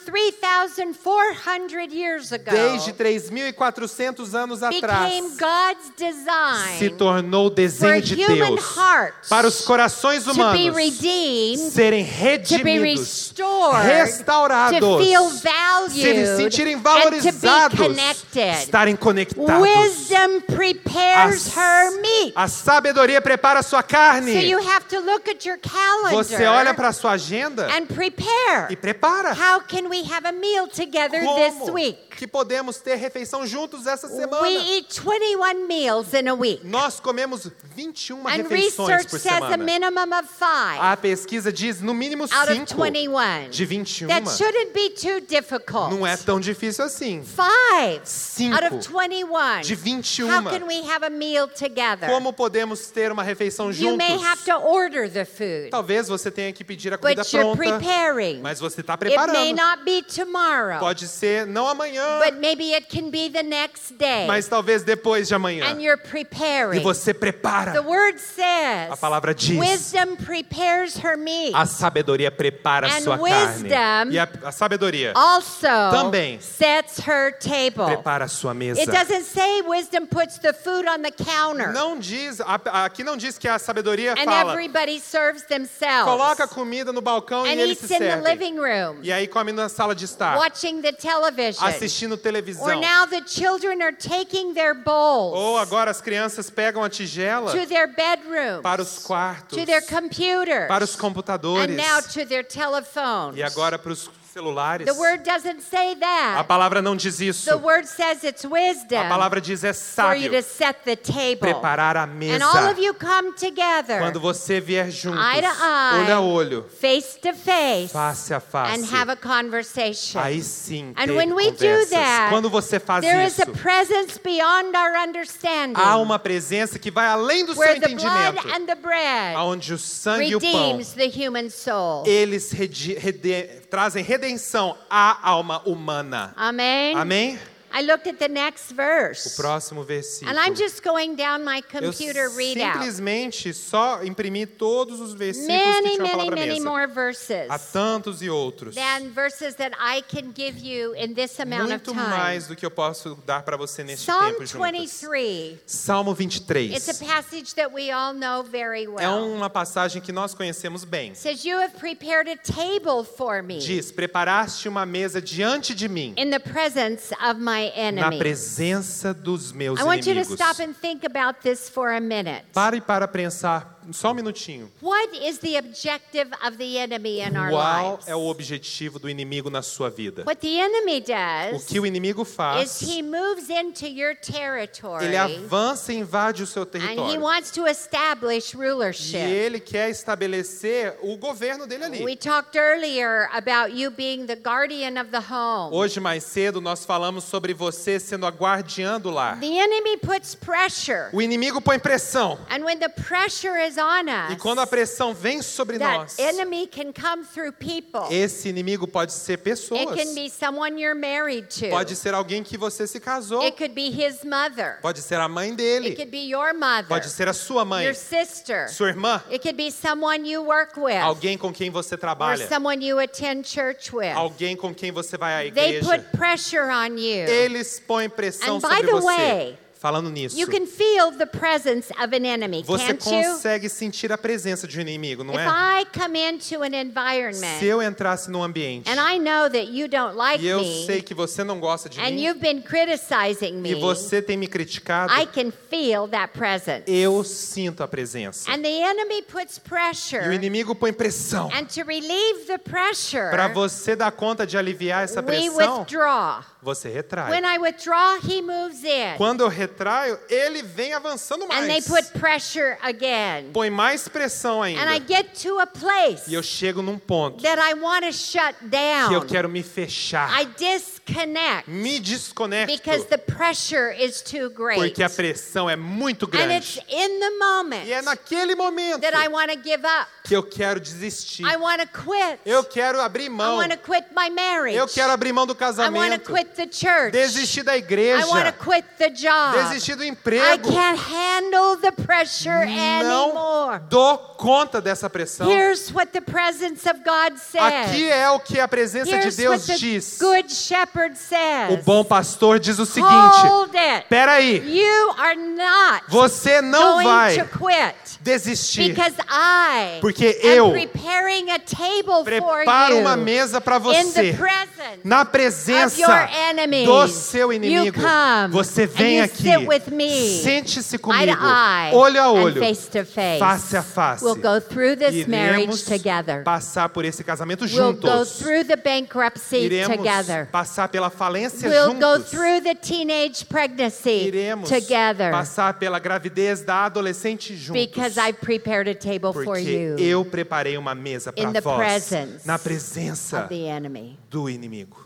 B: 3,400 years ago
C: Desde 3.400 anos atrás
B: became God's design
C: se tornou o
B: for
C: desenho de
B: human
C: Deus
B: hearts
C: para os corações
B: to be
C: humanos
B: redeemed,
C: serem
B: to be
C: redimidos,
B: restored, to
C: restaurados,
B: feel
C: se
B: valued,
C: sentirem
B: and to be
C: valorizados,
B: connected.
C: estarem conectados.
B: Wisdom prepares her meat.
C: a sabedoria prepara sua
B: So
C: carne.
B: you have to look at your calendar
C: Você olha para sua agenda
B: and prepare.
C: e prepara.
B: How can we have a meal together this
C: Como
B: week?
C: que podemos ter refeição juntos essa
B: We
C: semana?
B: eat 21 meals in a week.
C: Nós comemos 21
B: And
C: refeições
B: research
C: por
B: says a
C: semana.
B: minimum of
C: A
B: five
C: pesquisa diz no mínimo
B: out of
C: 5
B: 21.
C: de 21.
B: That shouldn't be too difficult.
C: Não é tão difícil assim.
B: Five out
C: Cinco
B: of 21.
C: de 21.
B: How can we have a meal together?
C: Como podemos ter uma refeição
B: You
C: juntos?
B: may have to order the food,
C: Talvez você tenha que pedir a comida
B: but you're
C: pronta,
B: preparing.
C: mas você está
B: It may
C: preparando.
B: not be tomorrow,
C: Pode ser não amanhã,
B: but maybe it can be the next day.
C: mas talvez depois de amanhã.
B: And you're
C: E
B: preparing.
C: você
B: The
C: prepara.
B: word says,
C: A palavra diz.
B: wisdom prepares her meat.
C: A sabedoria prepara
B: And
C: sua carne.
B: wisdom Oh.
C: E a, a sabedoria
B: also
C: Também.
B: sets her table.
C: prepara a sua mesa.
B: It doesn't say wisdom puts the food on the counter
C: Não diz, a- aqui não diz que a sabedoria
B: and
C: fala,
B: everybody serves themselves
C: coloca a comida no balcão
B: and
C: e eles se
B: eats in the
C: servem.
B: living room,
C: E aí come na sala de estar,
B: watching the television.
C: assistindo
B: Or
C: televisão.
B: now the children are taking their bowls
C: Ou Oh, agora as crianças pegam a tigela
B: to their bedroom,
C: para os quartos,
B: to their computers,
C: para os computadores
B: and now to their telephones.
C: e agora para os celulares.
B: The word doesn't say
C: A
B: that.
C: palavra não diz isso.
B: The word says it's wisdom
C: A palavra diz é
B: for you
C: sábio
B: to set the table.
C: preparar a
B: And
C: mesa.
B: all of you come together,
C: Quando você vier juntos,
B: Eye to eye.
C: olho a olho,
B: face to face,
C: face a face,
B: and have a conversation.
C: aí sim
B: And
C: ter
B: when we do
C: conversas.
B: that,
C: Quando você faz
B: there is
C: isso,
B: a presence beyond our understanding
C: há uma presença que vai além do seu
B: where the blood
C: entendimento,
B: and the bread
C: aonde o sangue e o pão E-
B: redeems the human soul.
C: eles redi- rede- trazem redenção à alma humana.
B: Amen.
C: Amém?
B: I looked at the next
C: O
B: verse.
C: próximo versículo.
B: And I'm just going down my
C: Eu
B: computer readout.
C: simplesmente só imprimi todos os versículos que
B: Many,
C: tinham a
B: many,
C: palavra
B: many
C: mesa.
B: more verses
C: Há tantos e outros.
B: than verses that I can give you in this amount of
C: Muito
B: time.
C: mais do que eu posso dar para você neste
B: Psalm
C: tempo juntos.
B: 23.
C: Salmo
B: It's
C: 23.
B: a passage that we all know very
C: É
B: well.
C: uma passagem que nós conhecemos bem.
B: It says, You have prepared a table for me
C: Diz: Preparaste uma mesa diante de mim,
B: in the presence of my
C: na
B: enemies.
C: presença dos meus
B: I want you to
C: inimigos.
B: stop and think about this for a minute.
C: Pare para pensar só um minutinho.
B: What is the objective of the enemy in our
C: Qual
B: lives?
C: é o objetivo do inimigo na sua vida?
B: What the enemy
C: O
B: does
C: que o inimigo
B: is
C: faz,
B: he moves into your territory
C: ele avança e invade o seu
B: and he
C: território.
B: wants to establish
C: E
B: rulership.
C: ele quer estabelecer o governo dele
B: We
C: ali.
B: talked earlier about you being the guardian of the home.
C: Hoje, mais cedo, nós falamos sobre você sendo a guardiã do lar.
B: The enemy puts pressure.
C: O inimigo põe pressão.
B: And when the pressure is on us,
C: E quando a pressão vem sobre
B: that
C: nós,
B: enemy can come through people.
C: esse inimigo pode ser
B: it
C: pessoas.
B: can be someone you're married to.
C: Pode ser alguém que você se casou.
B: It could be his mother.
C: Pode ser a mãe
B: It
C: dele.
B: could be your mother.
C: Pode ser a sua mãe,
B: your sister.
C: sua irmã,
B: It could be someone you work with
C: alguém com quem você
B: or
C: trabalha,
B: someone you attend church with.
C: alguém com quem você vai à
B: They
C: igreja.
B: put pressure on you.
C: Eles põem pressão
B: And by
C: sobre
B: the
C: você.
B: way,
C: Falando nisso,
B: you can feel the presence of an enemy,
C: você
B: can't you?
C: consegue sentir a presença de um inimigo, não
B: If
C: é?
B: I come into an environment
C: Se eu entrasse num ambiente
B: and I know that you don't like
C: e eu
B: me
C: sei que você não gosta de
B: and
C: mim
B: you've been criticizing
C: e
B: me,
C: você tem me criticado,
B: I can feel that presence.
C: eu sinto a presença.
B: And the enemy puts
C: E o
B: pressure.
C: inimigo põe pressão.
B: And to relieve the pressure,
C: Para você dar conta de aliviar essa
B: we
C: pressão,
B: withdraw.
C: você
B: When
C: retrai.
B: I withdraw, he moves in.
C: Quando eu retraio, ele vem avançando
B: And they
C: mais.
B: put pressure again.
C: Põe mais pressão
B: And I
C: ainda.
B: get to a place
C: E eu chego num ponto
B: that I want to shut
C: que eu
B: down.
C: quero me fechar,
B: I disconnect
C: me desconecto,
B: because the pressure is too great.
C: porque a pressão é muito
B: And it's
C: grande.
B: in the moment
C: E é naquele momento
B: that I want to give up.
C: que eu quero desistir.
B: I want to quit.
C: Eu quero abrir
B: I
C: mão.
B: want to quit my marriage.
C: Oh. Eu quero abrir mão do
B: I want to
C: casamento.
B: quit the church.
C: Desistir da
B: I want to
C: igreja.
B: quit the job.
C: Desistir do
B: I
C: emprego.
B: can't handle the pressure
C: Não
B: anymore.
C: dou conta dessa pressão.
B: Here's what the presence of God says.
C: Aqui é o que a presença de
B: Here's what
C: Deus
B: the
C: diz.
B: good shepherd says.
C: O bom pastor diz o seguinte:
B: Hold it.
C: peraí,
B: You are not
C: você não
B: going
C: vai
B: to quit
C: desistir.
B: because I
C: Porque
B: am
C: eu
B: preparing a table for
C: Preparo
B: you
C: uma mesa para
B: in the
C: você.
B: presence
C: Na
B: of your
C: presença
B: enemies.
C: do seu
B: You
C: inimigo,
B: come
C: você vem
B: and you
C: aqui.
B: sit with me.
C: Sente-se
B: Eye
C: comigo,
B: to eye
C: olho a
B: and
C: olho,
B: face to face.
C: face a face.
B: We'll go through this marriage
C: Iremos
B: together.
C: passar por esse casamento
B: We'll go
C: juntos.
B: through the bankruptcy
C: Iremos
B: together.
C: passar pela falência
B: We'll go
C: juntos.
B: through the teenage pregnancy
C: Iremos
B: together
C: passar pela gravidez da adolescente juntos.
B: because I prepared a table for
C: porque
B: you
C: eu preparei uma mesa
B: in
C: para
B: the
C: vós
B: presence
C: na
B: of
C: presença
B: the enemy.
C: do inimigo.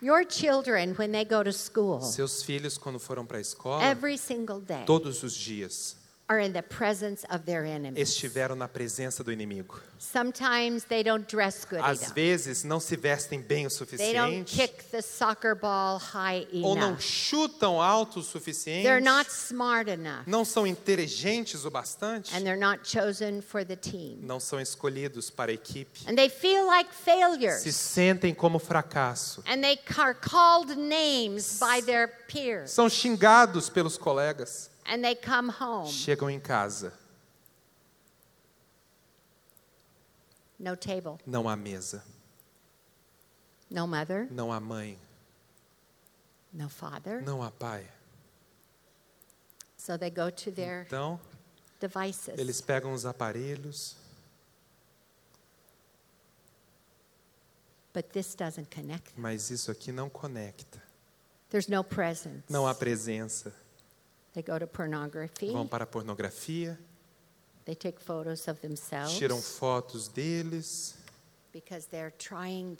B: Your children, when they go to school,
C: Seus filhos quando foram para a escola,
B: Oh. every single day
C: todos os dias
B: are in the presence of their enemy.
C: estiveram na presença do inimigo.
B: Sometimes they don't dress good
C: Às
B: enough.
C: vezes não se vestem bem o
B: They don't
C: suficiente
B: kick the soccer ball high
C: ou não
B: enough.
C: chutam alto o suficiente.
B: They're not smart enough.
C: Não são inteligentes o bastante.
B: And they're not chosen for the team.
C: Não são escolhidos para a equipe.
B: And they feel like failures.
C: Se sentem como fracasso.
B: And they are called names by their peers.
C: São xingados pelos colegas.
B: And they come home,
C: Chegam em casa,
B: no table,
C: não há mesa,
B: no mother,
C: não há mãe,
B: no father.
C: não há pai.
B: So they go to their
C: Então, eles
B: devices.
C: pegam os aparelhos,
B: But this doesn't connect them.
C: mas isso aqui não conecta.
B: There's no presence.
C: Não há presença.
B: They go to pornography.
C: Vão para a pornografia,
B: They take photos of themselves
C: tiram fotos deles,
B: because they're trying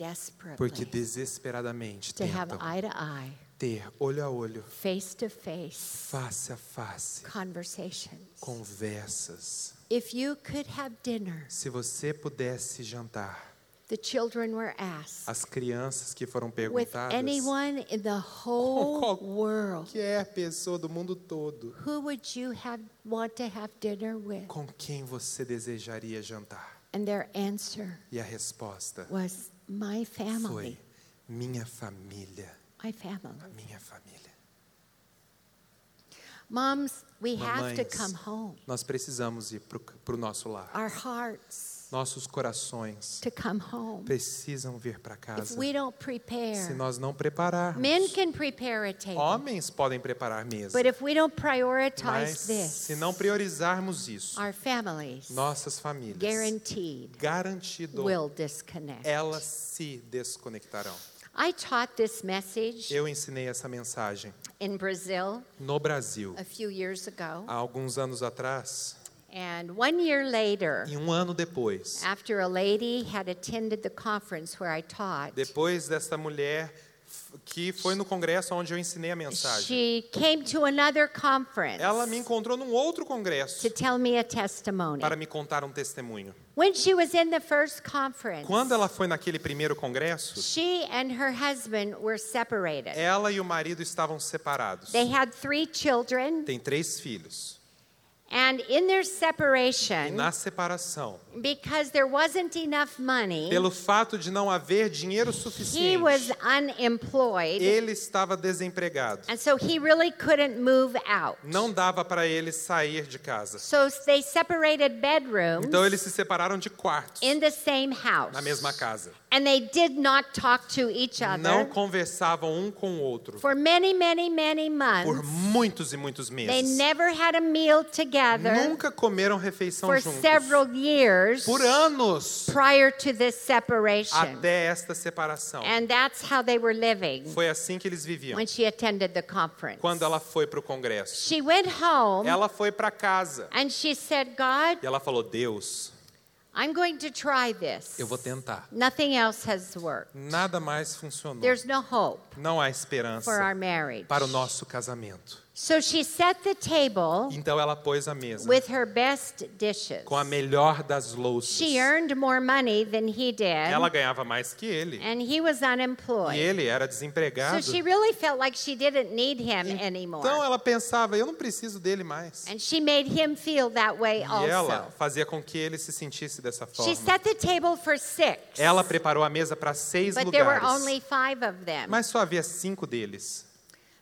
B: desperately
C: porque desesperadamente
B: to have
C: tentam
B: eye to eye
C: Ter olho a olho,
B: face to face
C: face a face,
B: conversations.
C: conversas.
B: If you could have dinner,
C: Se você pudesse jantar,
B: the children were asked
C: as crianças que foram
B: with
C: perguntadas,
B: anyone in the whole
C: [laughs]
B: world,
C: qualquer é pessoa do mundo todo,
B: who would you have want to have dinner with?
C: com quem você desejaria jantar?
B: And their answer
C: E a resposta
B: was my family,
C: foi: minha família,
B: my family.
C: minha família.
B: Moms, we have to
C: Mamães,
B: come home.
C: nós precisamos ir para o nosso lar.
B: Our hearts
C: Nossos corações
B: to come home.
C: precisam vir para
B: If
C: casa.
B: we don't
C: Se
B: prepare,
C: nós não prepararmos,
B: men can prepare a table.
C: homens podem preparar mesa.
B: é. But if we don't
C: Mas
B: prioritize
C: se
B: this,
C: não priorizarmos isso,
B: our families
C: nossas famílias,
B: guaranteed
C: garantido,
B: will disconnect.
C: elas se desconectarão.
B: I taught this message
C: Eu ensinei essa mensagem
B: in Brazil
C: no Brasil
B: a few years ago.
C: há alguns anos atrás,
B: And one year later,
C: e um ano depois,
B: after a lady had attended the conference where I taught,
C: depois dessa mulher f- que foi no congresso onde eu ensinei a mensagem.
B: she came to another conference
C: Ela me encontrou num outro congresso
B: to tell me a testimony.
C: para me contar um testemunho.
B: When she was in the first conference,
C: Quando ela foi naquele primeiro congresso,
B: she and her husband were separated.
C: ela e o marido estavam separados.
B: They had three children,
C: Tem três filhos.
B: and in their
C: E
B: separation,
C: na separação,
B: Hum? because there wasn't enough money,
C: pelo fato de não haver dinheiro
B: he was
C: suficiente,
B: unemployed,
C: ele estava desempregado.
B: and so he really couldn't move out.
C: Não dava para ele sair de casa.
B: So they separated bedrooms
C: Então eles se separaram de quartos
B: in the same house.
C: na mesma casa.
B: And they did not talk to each
C: Não
B: other
C: conversavam um com o outro
B: for many, many, many
C: por
B: months.
C: muitos e muitos
B: They
C: meses.
B: never had a meal together
C: Nunca comeram refeição
B: for
C: juntos.
B: several years
C: Por anos
B: prior to this separation.
C: até esta separação.
B: And that's how they were living
C: Foi assim que eles viviam.
B: when she attended the conference.
C: Quando ela foi para o congresso,
B: She went home
C: ela foi para casa
B: and she said, God,
C: e ela falou: Deus,
B: I'm going to try this.
C: eu vou tentar.
B: Nothing else has worked.
C: Nada mais funcionou.
B: There's no hope
C: Não há esperança
B: for our marriage.
C: para o nosso casamento.
B: So she set the table
C: Então ela pôs a mesa
B: with her best dishes.
C: com a melhor das louças.
B: She earned more money than he did,
C: Ela ganhava mais que ele
B: and he was
C: e
B: unemployed.
C: ele era desempregado.
B: So she really felt like she didn't need him anymore.
C: Então ela pensava: eu não preciso dele mais.
B: And she made him feel that way
C: E ela
B: also.
C: fazia com que ele se sentisse dessa
B: She
C: forma.
B: set the table for six,
C: Ela preparou a mesa para seis
B: but there were
C: lugares.
B: only five of them.
C: Mas só havia cinco deles.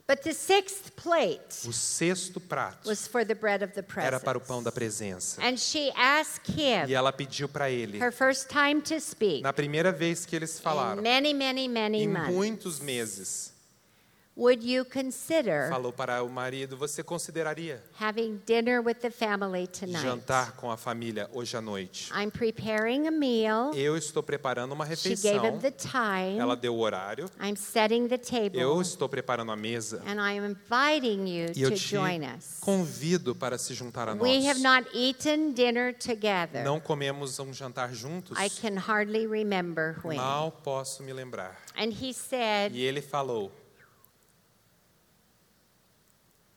B: But the sixth plate
C: O sexto prato
B: was for the bread of the
C: era para o pão
B: presence.
C: da presença.
B: And she asked
C: E
B: him,
C: ela pediu para ele,
B: her first time to speak,
C: na primeira vez que eles
B: in
C: falaram,
B: many, many, many
C: em
B: months,
C: muitos meses,
B: would you consider
C: falou para o marido: Você consideraria
B: having dinner with the family tonight?
C: "E jantar com a família hoje à noite?
B: I'm preparing a meal.
C: Eu estou preparando uma
B: Oh. She gave him
C: "E refeição.
B: the time.
C: Ela deu o horário.
B: I'm setting the
C: Eu
B: table.
C: estou preparando a mesa.
B: And I am inviting you
C: E eu
B: to
C: te
B: join us.
C: convido para se juntar a
B: We have
C: nós.
B: not eaten dinner together.
C: Não comemos um jantar juntos?
B: I can hardly remember when.
C: Mal posso me lembrar.
B: And he said,
C: E ele falou: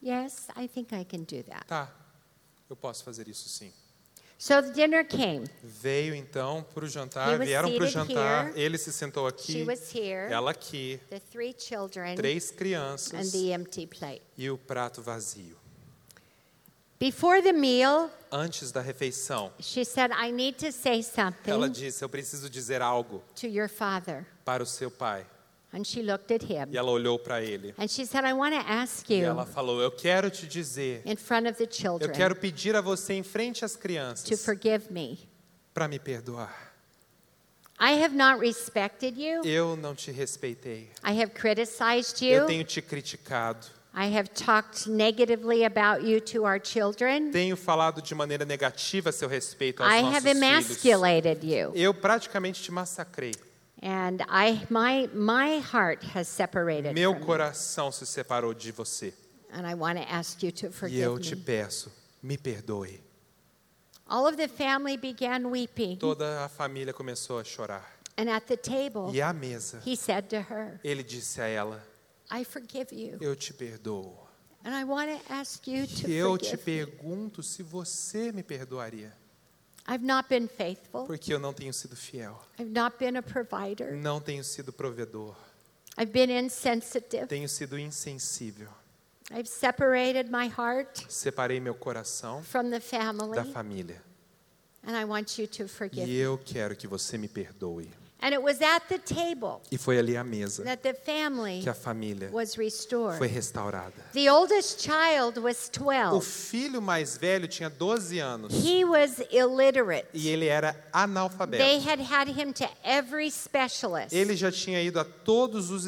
B: Yes, I think I can do that.
C: Tá, eu posso fazer isso sim.
B: So the dinner came.
C: Veio então para o
B: He
C: jantar,
B: was
C: vieram para o
B: seated
C: jantar,
B: here.
C: ele se sentou
B: She
C: aqui,
B: was here,
C: ela aqui,
B: the three children,
C: três
B: and
C: crianças
B: the empty plate.
C: e o prato vazio.
B: Before the meal,
C: Antes da refeição,
B: she said, I need to say
C: ela
B: something
C: disse: Eu preciso dizer algo
B: to your father.
C: para o seu pai.
B: And she looked at him.
C: E ela olhou para ele.
B: And she said, I want to ask
C: E ela
B: you
C: falou: Eu quero te dizer,
B: in front of the
C: eu
B: children
C: quero pedir a você em frente às
B: to
C: crianças
B: forgive me.
C: para me perdoar.
B: I have not respected you.
C: Eu não te respeitei.
B: I have criticized
C: Eu
B: you.
C: tenho te criticado.
B: I have talked negatively about you to our children.
C: Tenho falado de maneira negativa a seu respeito aos
B: I
C: nossos
B: have
C: filhos.
B: emasculated you.
C: Eu praticamente te massacrei.
B: And I, my, my heart has separated
C: Meu
B: from you.
C: coração se separou de você.
B: And I want to ask you to
C: E eu
B: forgive
C: te
B: me.
C: peço, me perdoe.
B: All of the family began weeping.
C: Toda a família começou a chorar.
B: And at the table,
C: E à mesa,
B: he said to her,
C: ele disse a ela:
B: I forgive you.
C: Eu te perdoo.
B: And I want to ask you
C: E eu
B: to
C: te
B: forgive.
C: pergunto se você me perdoaria,
B: I've not been faithful.
C: porque eu não tenho sido fiel,
B: I've not been a provider.
C: não tenho sido provedor,
B: I've been insensitive.
C: tenho sido insensível.
B: I've separated my heart
C: Separei meu coração
B: from the
C: da
B: family.
C: família.
B: And I want you to forgive
C: E
B: me.
C: eu quero que você me perdoe.
B: And it was at the table
C: E foi ali à mesa
B: that the family
C: que a família
B: was
C: foi
B: restored.
C: restaurada.
B: The oldest child was
C: O
B: 12.
C: filho mais velho tinha 12 anos
B: He was illiterate.
C: e ele era
B: They
C: analfabeto.
B: had had him to every specialist
C: Ele já tinha ido a todos os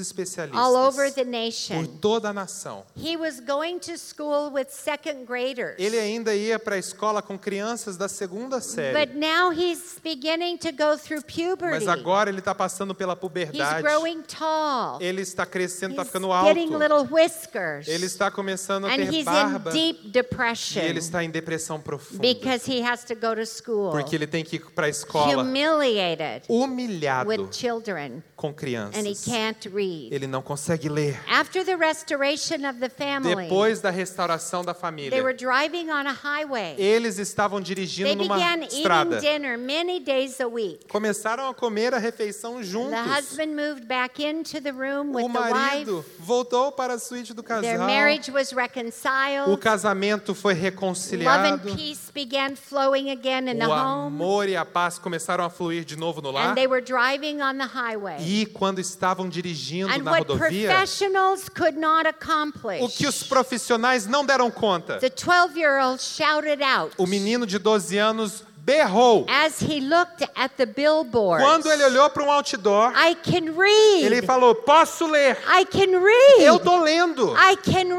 B: all over
C: especialistas
B: the
C: por
B: nation.
C: toda a nação.
B: He was going to school with second graders.
C: Ele ainda ia para a escola com crianças da segunda
B: But
C: série,
B: now he's beginning to go through puberty.
C: mas agora ele está passando pela
B: He's
C: puberdade.
B: growing tall.
C: Ele está crescendo, está
B: He's
C: ficando
B: getting
C: alto.
B: little whiskers.
C: Ele está começando a
B: and
C: ter
B: he's
C: barba
B: in deep
C: e
B: depression
C: ele está em depressão profunda
B: because he has to go to school.
C: porque ele tem que ir para a escola
B: humiliated
C: humilhado
B: with children
C: com
B: and he
C: crianças.
B: can't read.
C: Ele não consegue ler.
B: After the restoration of the family,
C: Depois da restauração da
B: they were
C: família,
B: driving on a highway.
C: eles estavam
B: They
C: dirigindo numa
B: began eating
C: estrada.
B: dinner many days a week.
C: Começaram a comer a refeição
B: The
C: juntos.
B: husband moved back into the room with
C: O
B: the wife.
C: marido voltou para a suíte do
B: Their
C: casal.
B: marriage was
C: O
B: reconciled.
C: casamento foi
B: Love and
C: reconciliado.
B: peace began flowing again in the
C: O
B: home.
C: amor e a paz começaram a fluir de novo no lar.
B: And they were driving on the highway.
C: E quando estavam dirigindo
B: And
C: na
B: what
C: rodovia,
B: professionals could not
C: o
B: accomplish,
C: que os profissionais não deram conta.
B: the 12 year old shouted out
C: O menino de 12 anos berrou.
B: as he looked at the billboard
C: Quando ele olhou para um outdoor,
B: I can
C: ele
B: read.
C: falou: Posso ler?
B: I can
C: Eu
B: read.
C: tô lendo.
B: I can
C: Eu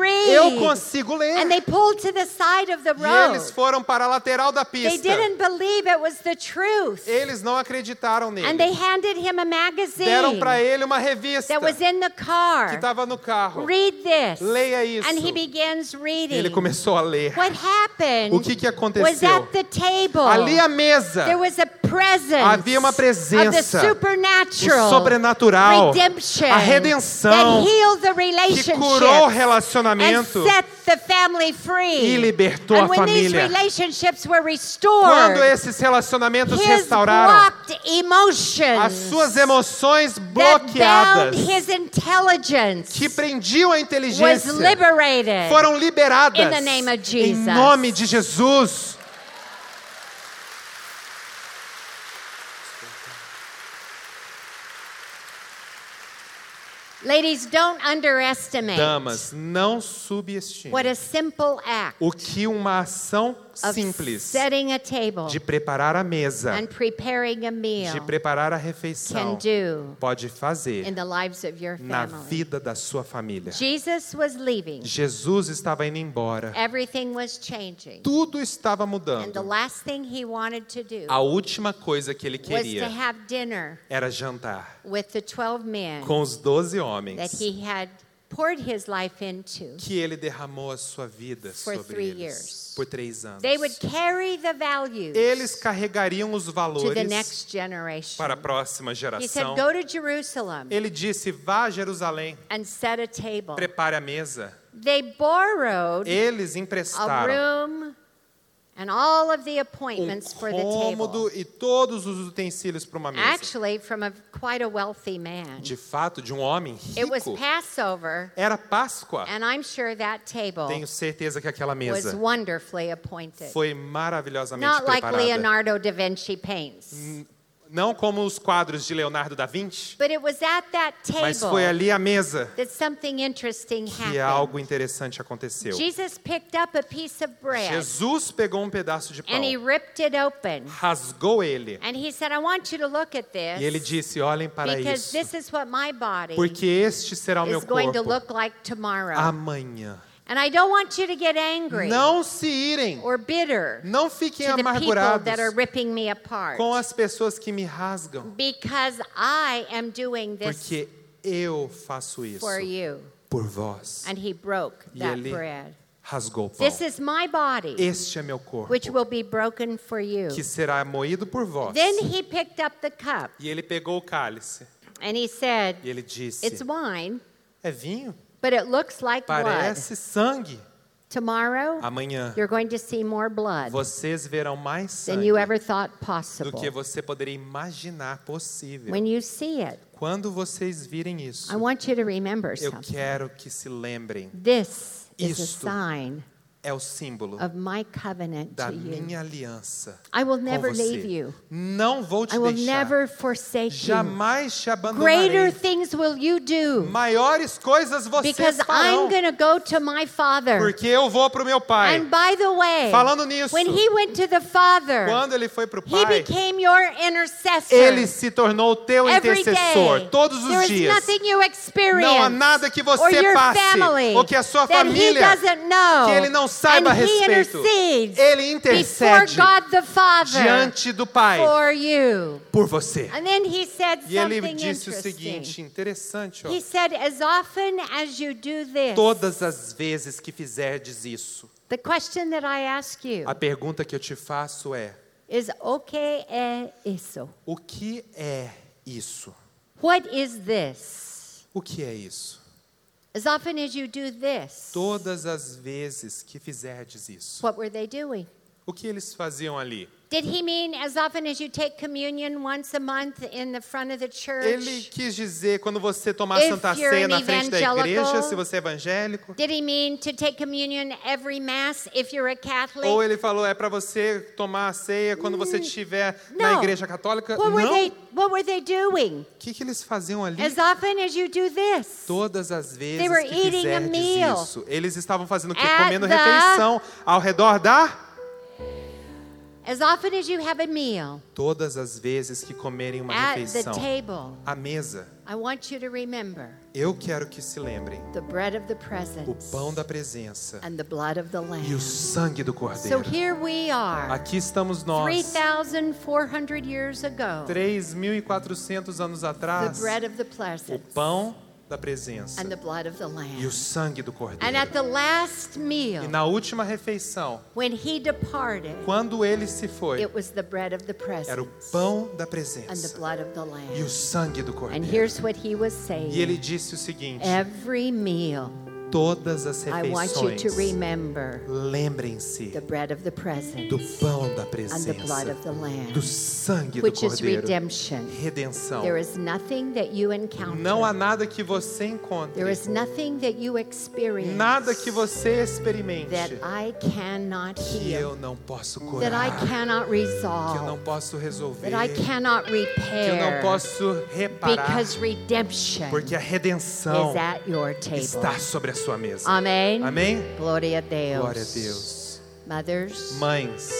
B: read.
C: consigo
B: And
C: ler.
B: they pulled to the side of the
C: E
B: road.
C: eles foram para a lateral da
B: They
C: pista.
B: didn't believe it was the truth.
C: Eles não acreditaram
B: And they
C: nele.
B: handed him a
C: Deram
B: magazine
C: para ele uma revista
B: that was in the
C: que
B: car.
C: estava no carro.
B: Read this.
C: Leia isso.
B: And he begins reading.
C: Ele começou a ler.
B: What happened
C: O que que
B: was
C: aconteceu?
B: at the table.
C: Ali à mesa,
B: There was a presence
C: Havia uma
B: of the
C: presença,
B: supernatural,
C: o sobrenatural,
B: redemption,
C: a redenção
B: that healed the
C: que curou o
B: relationship and
C: relacionamento.
B: set the family free.
C: e libertou
B: and
C: a
B: when these
C: família.
B: relationships were restored,
C: Quando esses relacionamentos
B: his
C: restauraram,
B: blocked emotions
C: as suas emoções
B: that bound
C: bloqueadas,
B: his intelligence
C: que prendiam a
B: was
C: inteligência,
B: liberated.
C: foram liberadas
B: In the name of
C: em
B: Jesus.
C: nome de Jesus.
B: Ladies, don't underestimate
C: Damas, não
B: what
C: subestime
B: a simple act
C: o que uma ação
B: of
C: simples
B: setting a table
C: de preparar a mesa,
B: and preparing a meal
C: de preparar a
B: can
C: refeição,
B: do
C: pode fazer
B: in the lives of your
C: na
B: family.
C: vida da sua família.
B: Jesus was leaving.
C: Jesus estava indo embora.
B: Everything was changing.
C: Tudo
B: É.
C: estava
B: And the
C: mudando.
B: last thing he wanted to do
C: A última coisa que ele
B: was to
C: queria
B: have dinner
C: era jantar
B: with the 12 men
C: com os doze
B: that
C: homens
B: he had poured his life into.
C: que ele derramou a sua vida
B: For
C: sobre
B: three
C: eles
B: years.
C: por três anos.
B: They would carry the values
C: Eles carregariam os
B: to the
C: valores
B: next generation.
C: para a próxima
B: He said,
C: geração.
B: Go to Jerusalem
C: Ele disse: vá a Jerusalém,
B: and set a table.
C: prepare a mesa.
B: They borrowed
C: Eles
B: a
C: emprestaram
B: room and all of the
C: um
B: appointments for the table.
C: cômodo e todos os utensílios para uma mesa.
B: Actually, from a quite a wealthy man.
C: De fato, de um homem
B: It was
C: rico.
B: Passover,
C: Era Páscoa.
B: and I'm sure that table
C: Tenho certeza que aquela
B: was
C: mesa
B: wonderfully appointed.
C: foi maravilhosamente
B: Not like
C: preparada.
B: Leonardo da Vinci paints,
C: Mm. Não como os quadros de Leonardo da Vinci,
B: but it was at that
C: mas foi
B: table
C: ali à mesa
B: that something interesting
C: que
B: happened.
C: algo interessante aconteceu.
B: Jesus picked up a piece of bread
C: Jesus pegou um pedaço de pão,
B: and he ripped it open.
C: rasgou ele
B: And he said, I want you to look at this
C: e ele disse: Olhem para
B: because
C: isso,
B: this is what my body
C: porque este será o meu
B: is going to
C: corpo
B: look like tomorrow.
C: Um, amanhã.
B: and I don't want you to get angry
C: Não se irem,
B: or bitter
C: não fiquem
B: to the people
C: amargurados
B: that are ripping me apart
C: com as pessoas que me rasgam,
B: because I am doing this
C: porque eu faço isso
B: for you.
C: por vós.
B: And he broke
C: E
B: that
C: ele
B: bread.
C: rasgou o pão.
B: This is my body,
C: Este é meu corpo,
B: which will be broken for you.
C: que será moído por vós.
B: Then he picked up the cup
C: E ele pegou o cálice
B: and he said,
C: e ele disse:
B: It's wine,
C: É vinho?
B: But it looks like blood.
C: Parece sangue.
B: Tomorrow,
C: Amanhã
B: you're going to see more blood
C: vocês verão mais
B: than
C: sangue
B: you ever thought
C: do
B: possible.
C: que você poderia imaginar possível.
B: When you see it,
C: Quando vocês virem isso,
B: I want you to remember
C: eu
B: something.
C: quero que se lembrem.
B: This is a
C: Isto
B: sign
C: É o símbolo
B: of my covenant
C: da
B: to you.
C: minha aliança.
B: I will
C: com
B: never
C: você.
B: leave you.
C: Não vou te
B: I will
C: deixar.
B: never forsake you.
C: Jamais te
B: Greater
C: abandonarei.
B: things will you do
C: Maiores coisas vocês
B: because I'm
C: farão.
B: going to go to my Father.
C: Porque eu vou para o meu pai.
B: And by the way,
C: Falando nisso,
B: when he went to the Father,
C: Quando ele foi para o
B: he
C: pai,
B: became your intercessor.
C: ele se tornou o teu
B: Every day.
C: intercessor todos
B: There
C: os
B: is
C: dias.
B: nothing you experience
C: Não há nada que você
B: or your
C: passe,
B: family
C: ou que a sua
B: that he
C: família,
B: doesn't know.
C: que ele não saiba a
B: And he
C: respeito.
B: intercedes
C: Ele intercede
B: before God the Father
C: diante do pai
B: for you.
C: por você.
B: And then he said
C: E ele
B: something
C: disse o
B: interesting.
C: seguinte, interessante, ó.
B: He said, as often as you do this,
C: Todas as vezes que fizerdes isso,
B: the question that I ask you
C: a pergunta que eu te faço é:
B: is, okay, é isso?
C: o que é isso?
B: What is this?
C: O que é isso?
B: As often as you do this,
C: Todas as vezes que fizerdes isso.
B: what were they doing?
C: O que eles faziam ali?
B: Did he mean as often as you take communion once a month in the front of the church?
C: Ele quis dizer quando você tomar
B: If
C: Santa
B: you're
C: Ceia
B: an
C: na frente da igreja,
B: evangelical,
C: se você é evangélico,
B: Did he mean to take communion every mass if you're a Catholic?
C: ou ele falou é para você tomar a ceia quando você estiver na
B: Hum, Não.
C: igreja católica?
B: what were
C: Não.
B: they what were they doing?
C: O que, que eles faziam ali?
B: As often as you do this.
C: Todas as vezes
B: They were
C: que
B: eating a meal.
C: fizerdes isso, eles estavam fazendo o quê?
B: At
C: Comendo
B: the-
C: refeição ao redor da.
B: As often as you have a meal
C: Todas as vezes que comerem uma
B: at the
C: refeição
B: table,
C: à mesa,
B: I want you to remember
C: eu quero que se lembrem
B: the bread of the
C: o
B: presence
C: pão da presença
B: and the blood of the
C: e o
B: lamb.
C: sangue do
B: So
C: cordeiro.
B: here we are,
C: Aqui estamos nós,
B: 3,400 years ago,
C: 3.400 anos
B: the
C: atrás,
B: bread of the
C: o
B: presence
C: pão da presença
B: and the blood of the
C: e
B: lamb.
C: o sangue do
B: And at
C: cordeiro.
B: the last meal,
C: E na última refeição,
B: when he departed,
C: quando ele se foi,
B: it was the bread of the
C: era o
B: presence
C: pão da
B: and the
C: presença
B: blood of the
C: e o
B: lamb.
C: sangue do
B: And
C: cordeiro.
B: here's what he was
C: E ele
B: saying.
C: disse o seguinte:
B: Every meal,
C: todas as
B: I want you to
C: refeições,
B: remember
C: lembrem-se
B: the bread of the
C: do
B: presence
C: pão da
B: and the blood
C: presença,
B: of the lamb,
C: do sangue do
B: which is
C: cordeiro,
B: redemption.
C: redenção.
B: There is nothing that you
C: Não há
B: encounter.
C: nada que você encontre,
B: There is nothing that you experience
C: nada que você experimente
B: that I cannot
C: que
B: heal,
C: eu não posso
B: that I
C: curar, que
B: cannot
C: eu
B: resolve,
C: não posso resolver,
B: that I
C: que
B: cannot
C: eu não
B: repair.
C: posso reparar,
B: Because redemption
C: porque a redenção
B: is at your table.
C: está sobre a sua mesa.
B: Amém.
C: Amém?
B: Glória a Deus.
C: Glória a Deus.
B: Mothers,
C: Mães,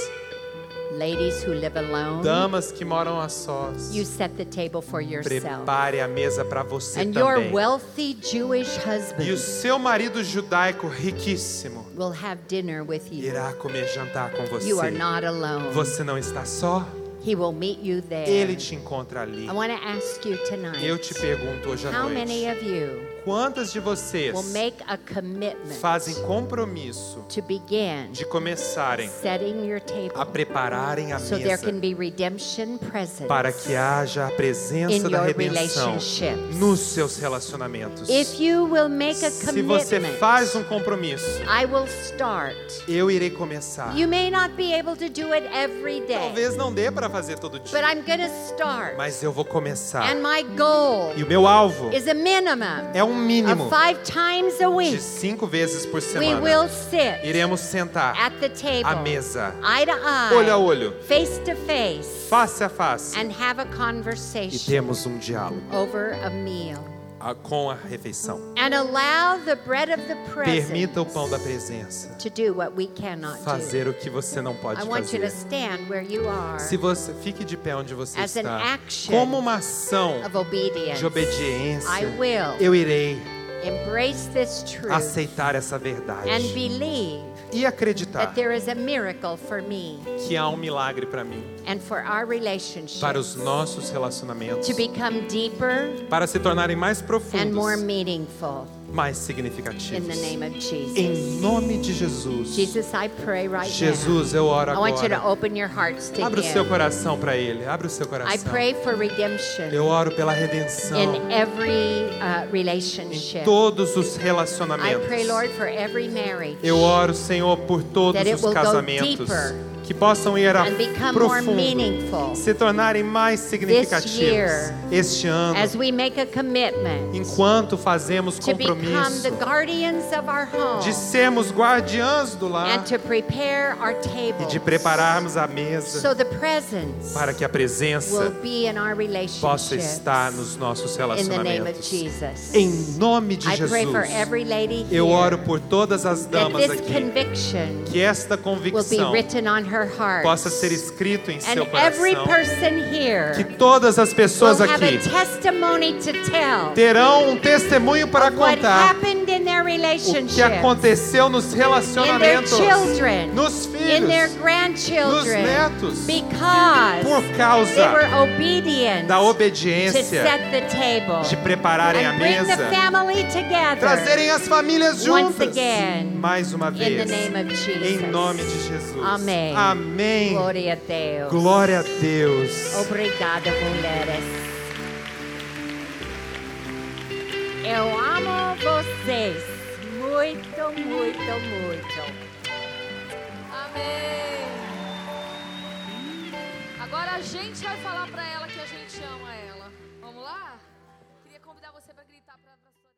B: ladies who live alone,
C: damas que moram a sós,
B: you set the table for yourself.
C: prepare a mesa para você
B: And your
C: também.
B: wealthy Jewish
C: E o
B: husband
C: seu marido judaico riquíssimo
B: will have dinner with you.
C: irá comer jantar com você.
B: You are not alone.
C: Você não está só,
B: He will meet you
C: ele
B: there.
C: te encontra ali.
B: É. I want to ask you
C: Eu
B: tonight
C: te pergunto hoje à
B: how many
C: noite,
B: of you
C: quantas de vocês
B: will make a commitment
C: fazem compromisso
B: to begin
C: de começarem
B: setting your
C: a
B: table
C: prepararem a
B: so there can
C: mesa
B: be redemption presence?
C: para que haja a
B: in
C: presença da
B: your
C: redenção
B: relationships.
C: nos seus relacionamentos?
B: If you will make a
C: Se você
B: commitment,
C: faz um compromisso,
B: I will start.
C: eu irei começar.
B: You may not be able to do it every day,
C: Talvez não dê para fazer todo
B: but
C: dia,
B: I'm going to start.
C: mas eu vou começar.
B: And my goal
C: E o meu alvo
B: is a minimum
C: é um mínimo
B: of five times a
C: de
B: week.
C: cinco vezes por
B: We will
C: semana.
B: sit
C: Iremos sentar
B: at the table,
C: à mesa,
B: eye to eye,
C: olho a olho,
B: face to face,
C: face a face,
B: and have a
C: e
B: conversation
C: temos um diálogo
B: over a meal.
C: a- com a refeição.
B: And allow the bread of the presence
C: Permita o pão da presença
B: to do what we cannot do.
C: fazer o que você não pode
B: I want you to
C: fazer.
B: stand where you are
C: Se você fique de pé onde você
B: As an
C: está,
B: action
C: como uma ação
B: of obedience.
C: de obediência,
B: I will
C: eu irei
B: embrace this truth
C: aceitar essa
B: and
C: verdade
B: believe
C: e acreditar
B: that there is a miracle for me
C: que há um milagre para mim,
B: and for our relationship
C: para os nossos relacionamentos,
B: to become deeper
C: para se tornarem mais
B: and more
C: profundos
B: meaningful.
C: mais significativos.
B: in the name of
C: Em
B: Jesus.
C: nome de Jesus.
B: Jesus, I pray right
C: Jesus,
B: now.
C: eu oro
B: I want you to
C: agora.
B: open your hearts to
C: Abra o
B: Him.
C: seu coração para Ele. Abra o seu
B: I
C: coração.
B: pray for redemption
C: Eu oro pela redenção
B: in every uh,
C: em
B: relationship.
C: todos os
B: I
C: relacionamentos.
B: pray, Lord, for every marriage
C: Eu oro, Senhor, por todos
B: That it
C: os
B: will go
C: casamentos
B: deeper
C: que possam ir a
B: and become more
C: profundo,
B: meaningful
C: se tornarem mais significativos
B: year,
C: este ano,
B: as we make a commitment
C: enquanto fazemos
B: to become
C: compromisso
B: the guardians of our home
C: de sermos guardiãs do lar
B: and to prepare our
C: e
B: table
C: de prepararmos a
B: so
C: mesa
B: the presence
C: para que a
B: will
C: presença
B: be in our
C: possa
B: relationship
C: estar nos
B: in
C: nossos
B: the name of
C: relacionamentos.
B: Jesus.
C: Em nome de
B: I pray for
C: Jesus,
B: every lady
C: eu oro
B: here
C: por todas as
B: that
C: damas
B: this
C: aqui,
B: conviction
C: que esta
B: will be
C: convicção
B: written on her heart
C: possa ser escrito em
B: and
C: seu
B: every
C: coração.
B: person here
C: que todas as
B: will
C: pessoas
B: have a
C: aqui
B: testimony to tell
C: terão um testemunho para
B: what
C: contar
B: happened in their
C: o que
B: relationship,
C: aconteceu nos
B: in their
C: relacionamentos,
B: children,
C: nos
B: in their
C: filhos,
B: grandchildren,
C: netos,
B: because
C: por
B: they were
C: causa
B: obedient
C: da
B: to
C: obediência
B: set the table
C: de prepararem a
B: and bring the
C: mesa,
B: family together
C: trazerem as
B: Once
C: famílias juntas
B: again,
C: mais uma
B: in the
C: vez,
B: name of
C: em
B: Jesus.
C: nome de Jesus.
B: Amém.
C: Amém.
B: Glória a Deus.
C: Glória a Deus.
B: Obrigada, mulheres. Eu amo vocês muito, muito, muito.
A: Amém. Agora a gente vai falar pra ela que a gente ama ela. Vamos lá? Queria convidar você pra gritar pra, pra sua...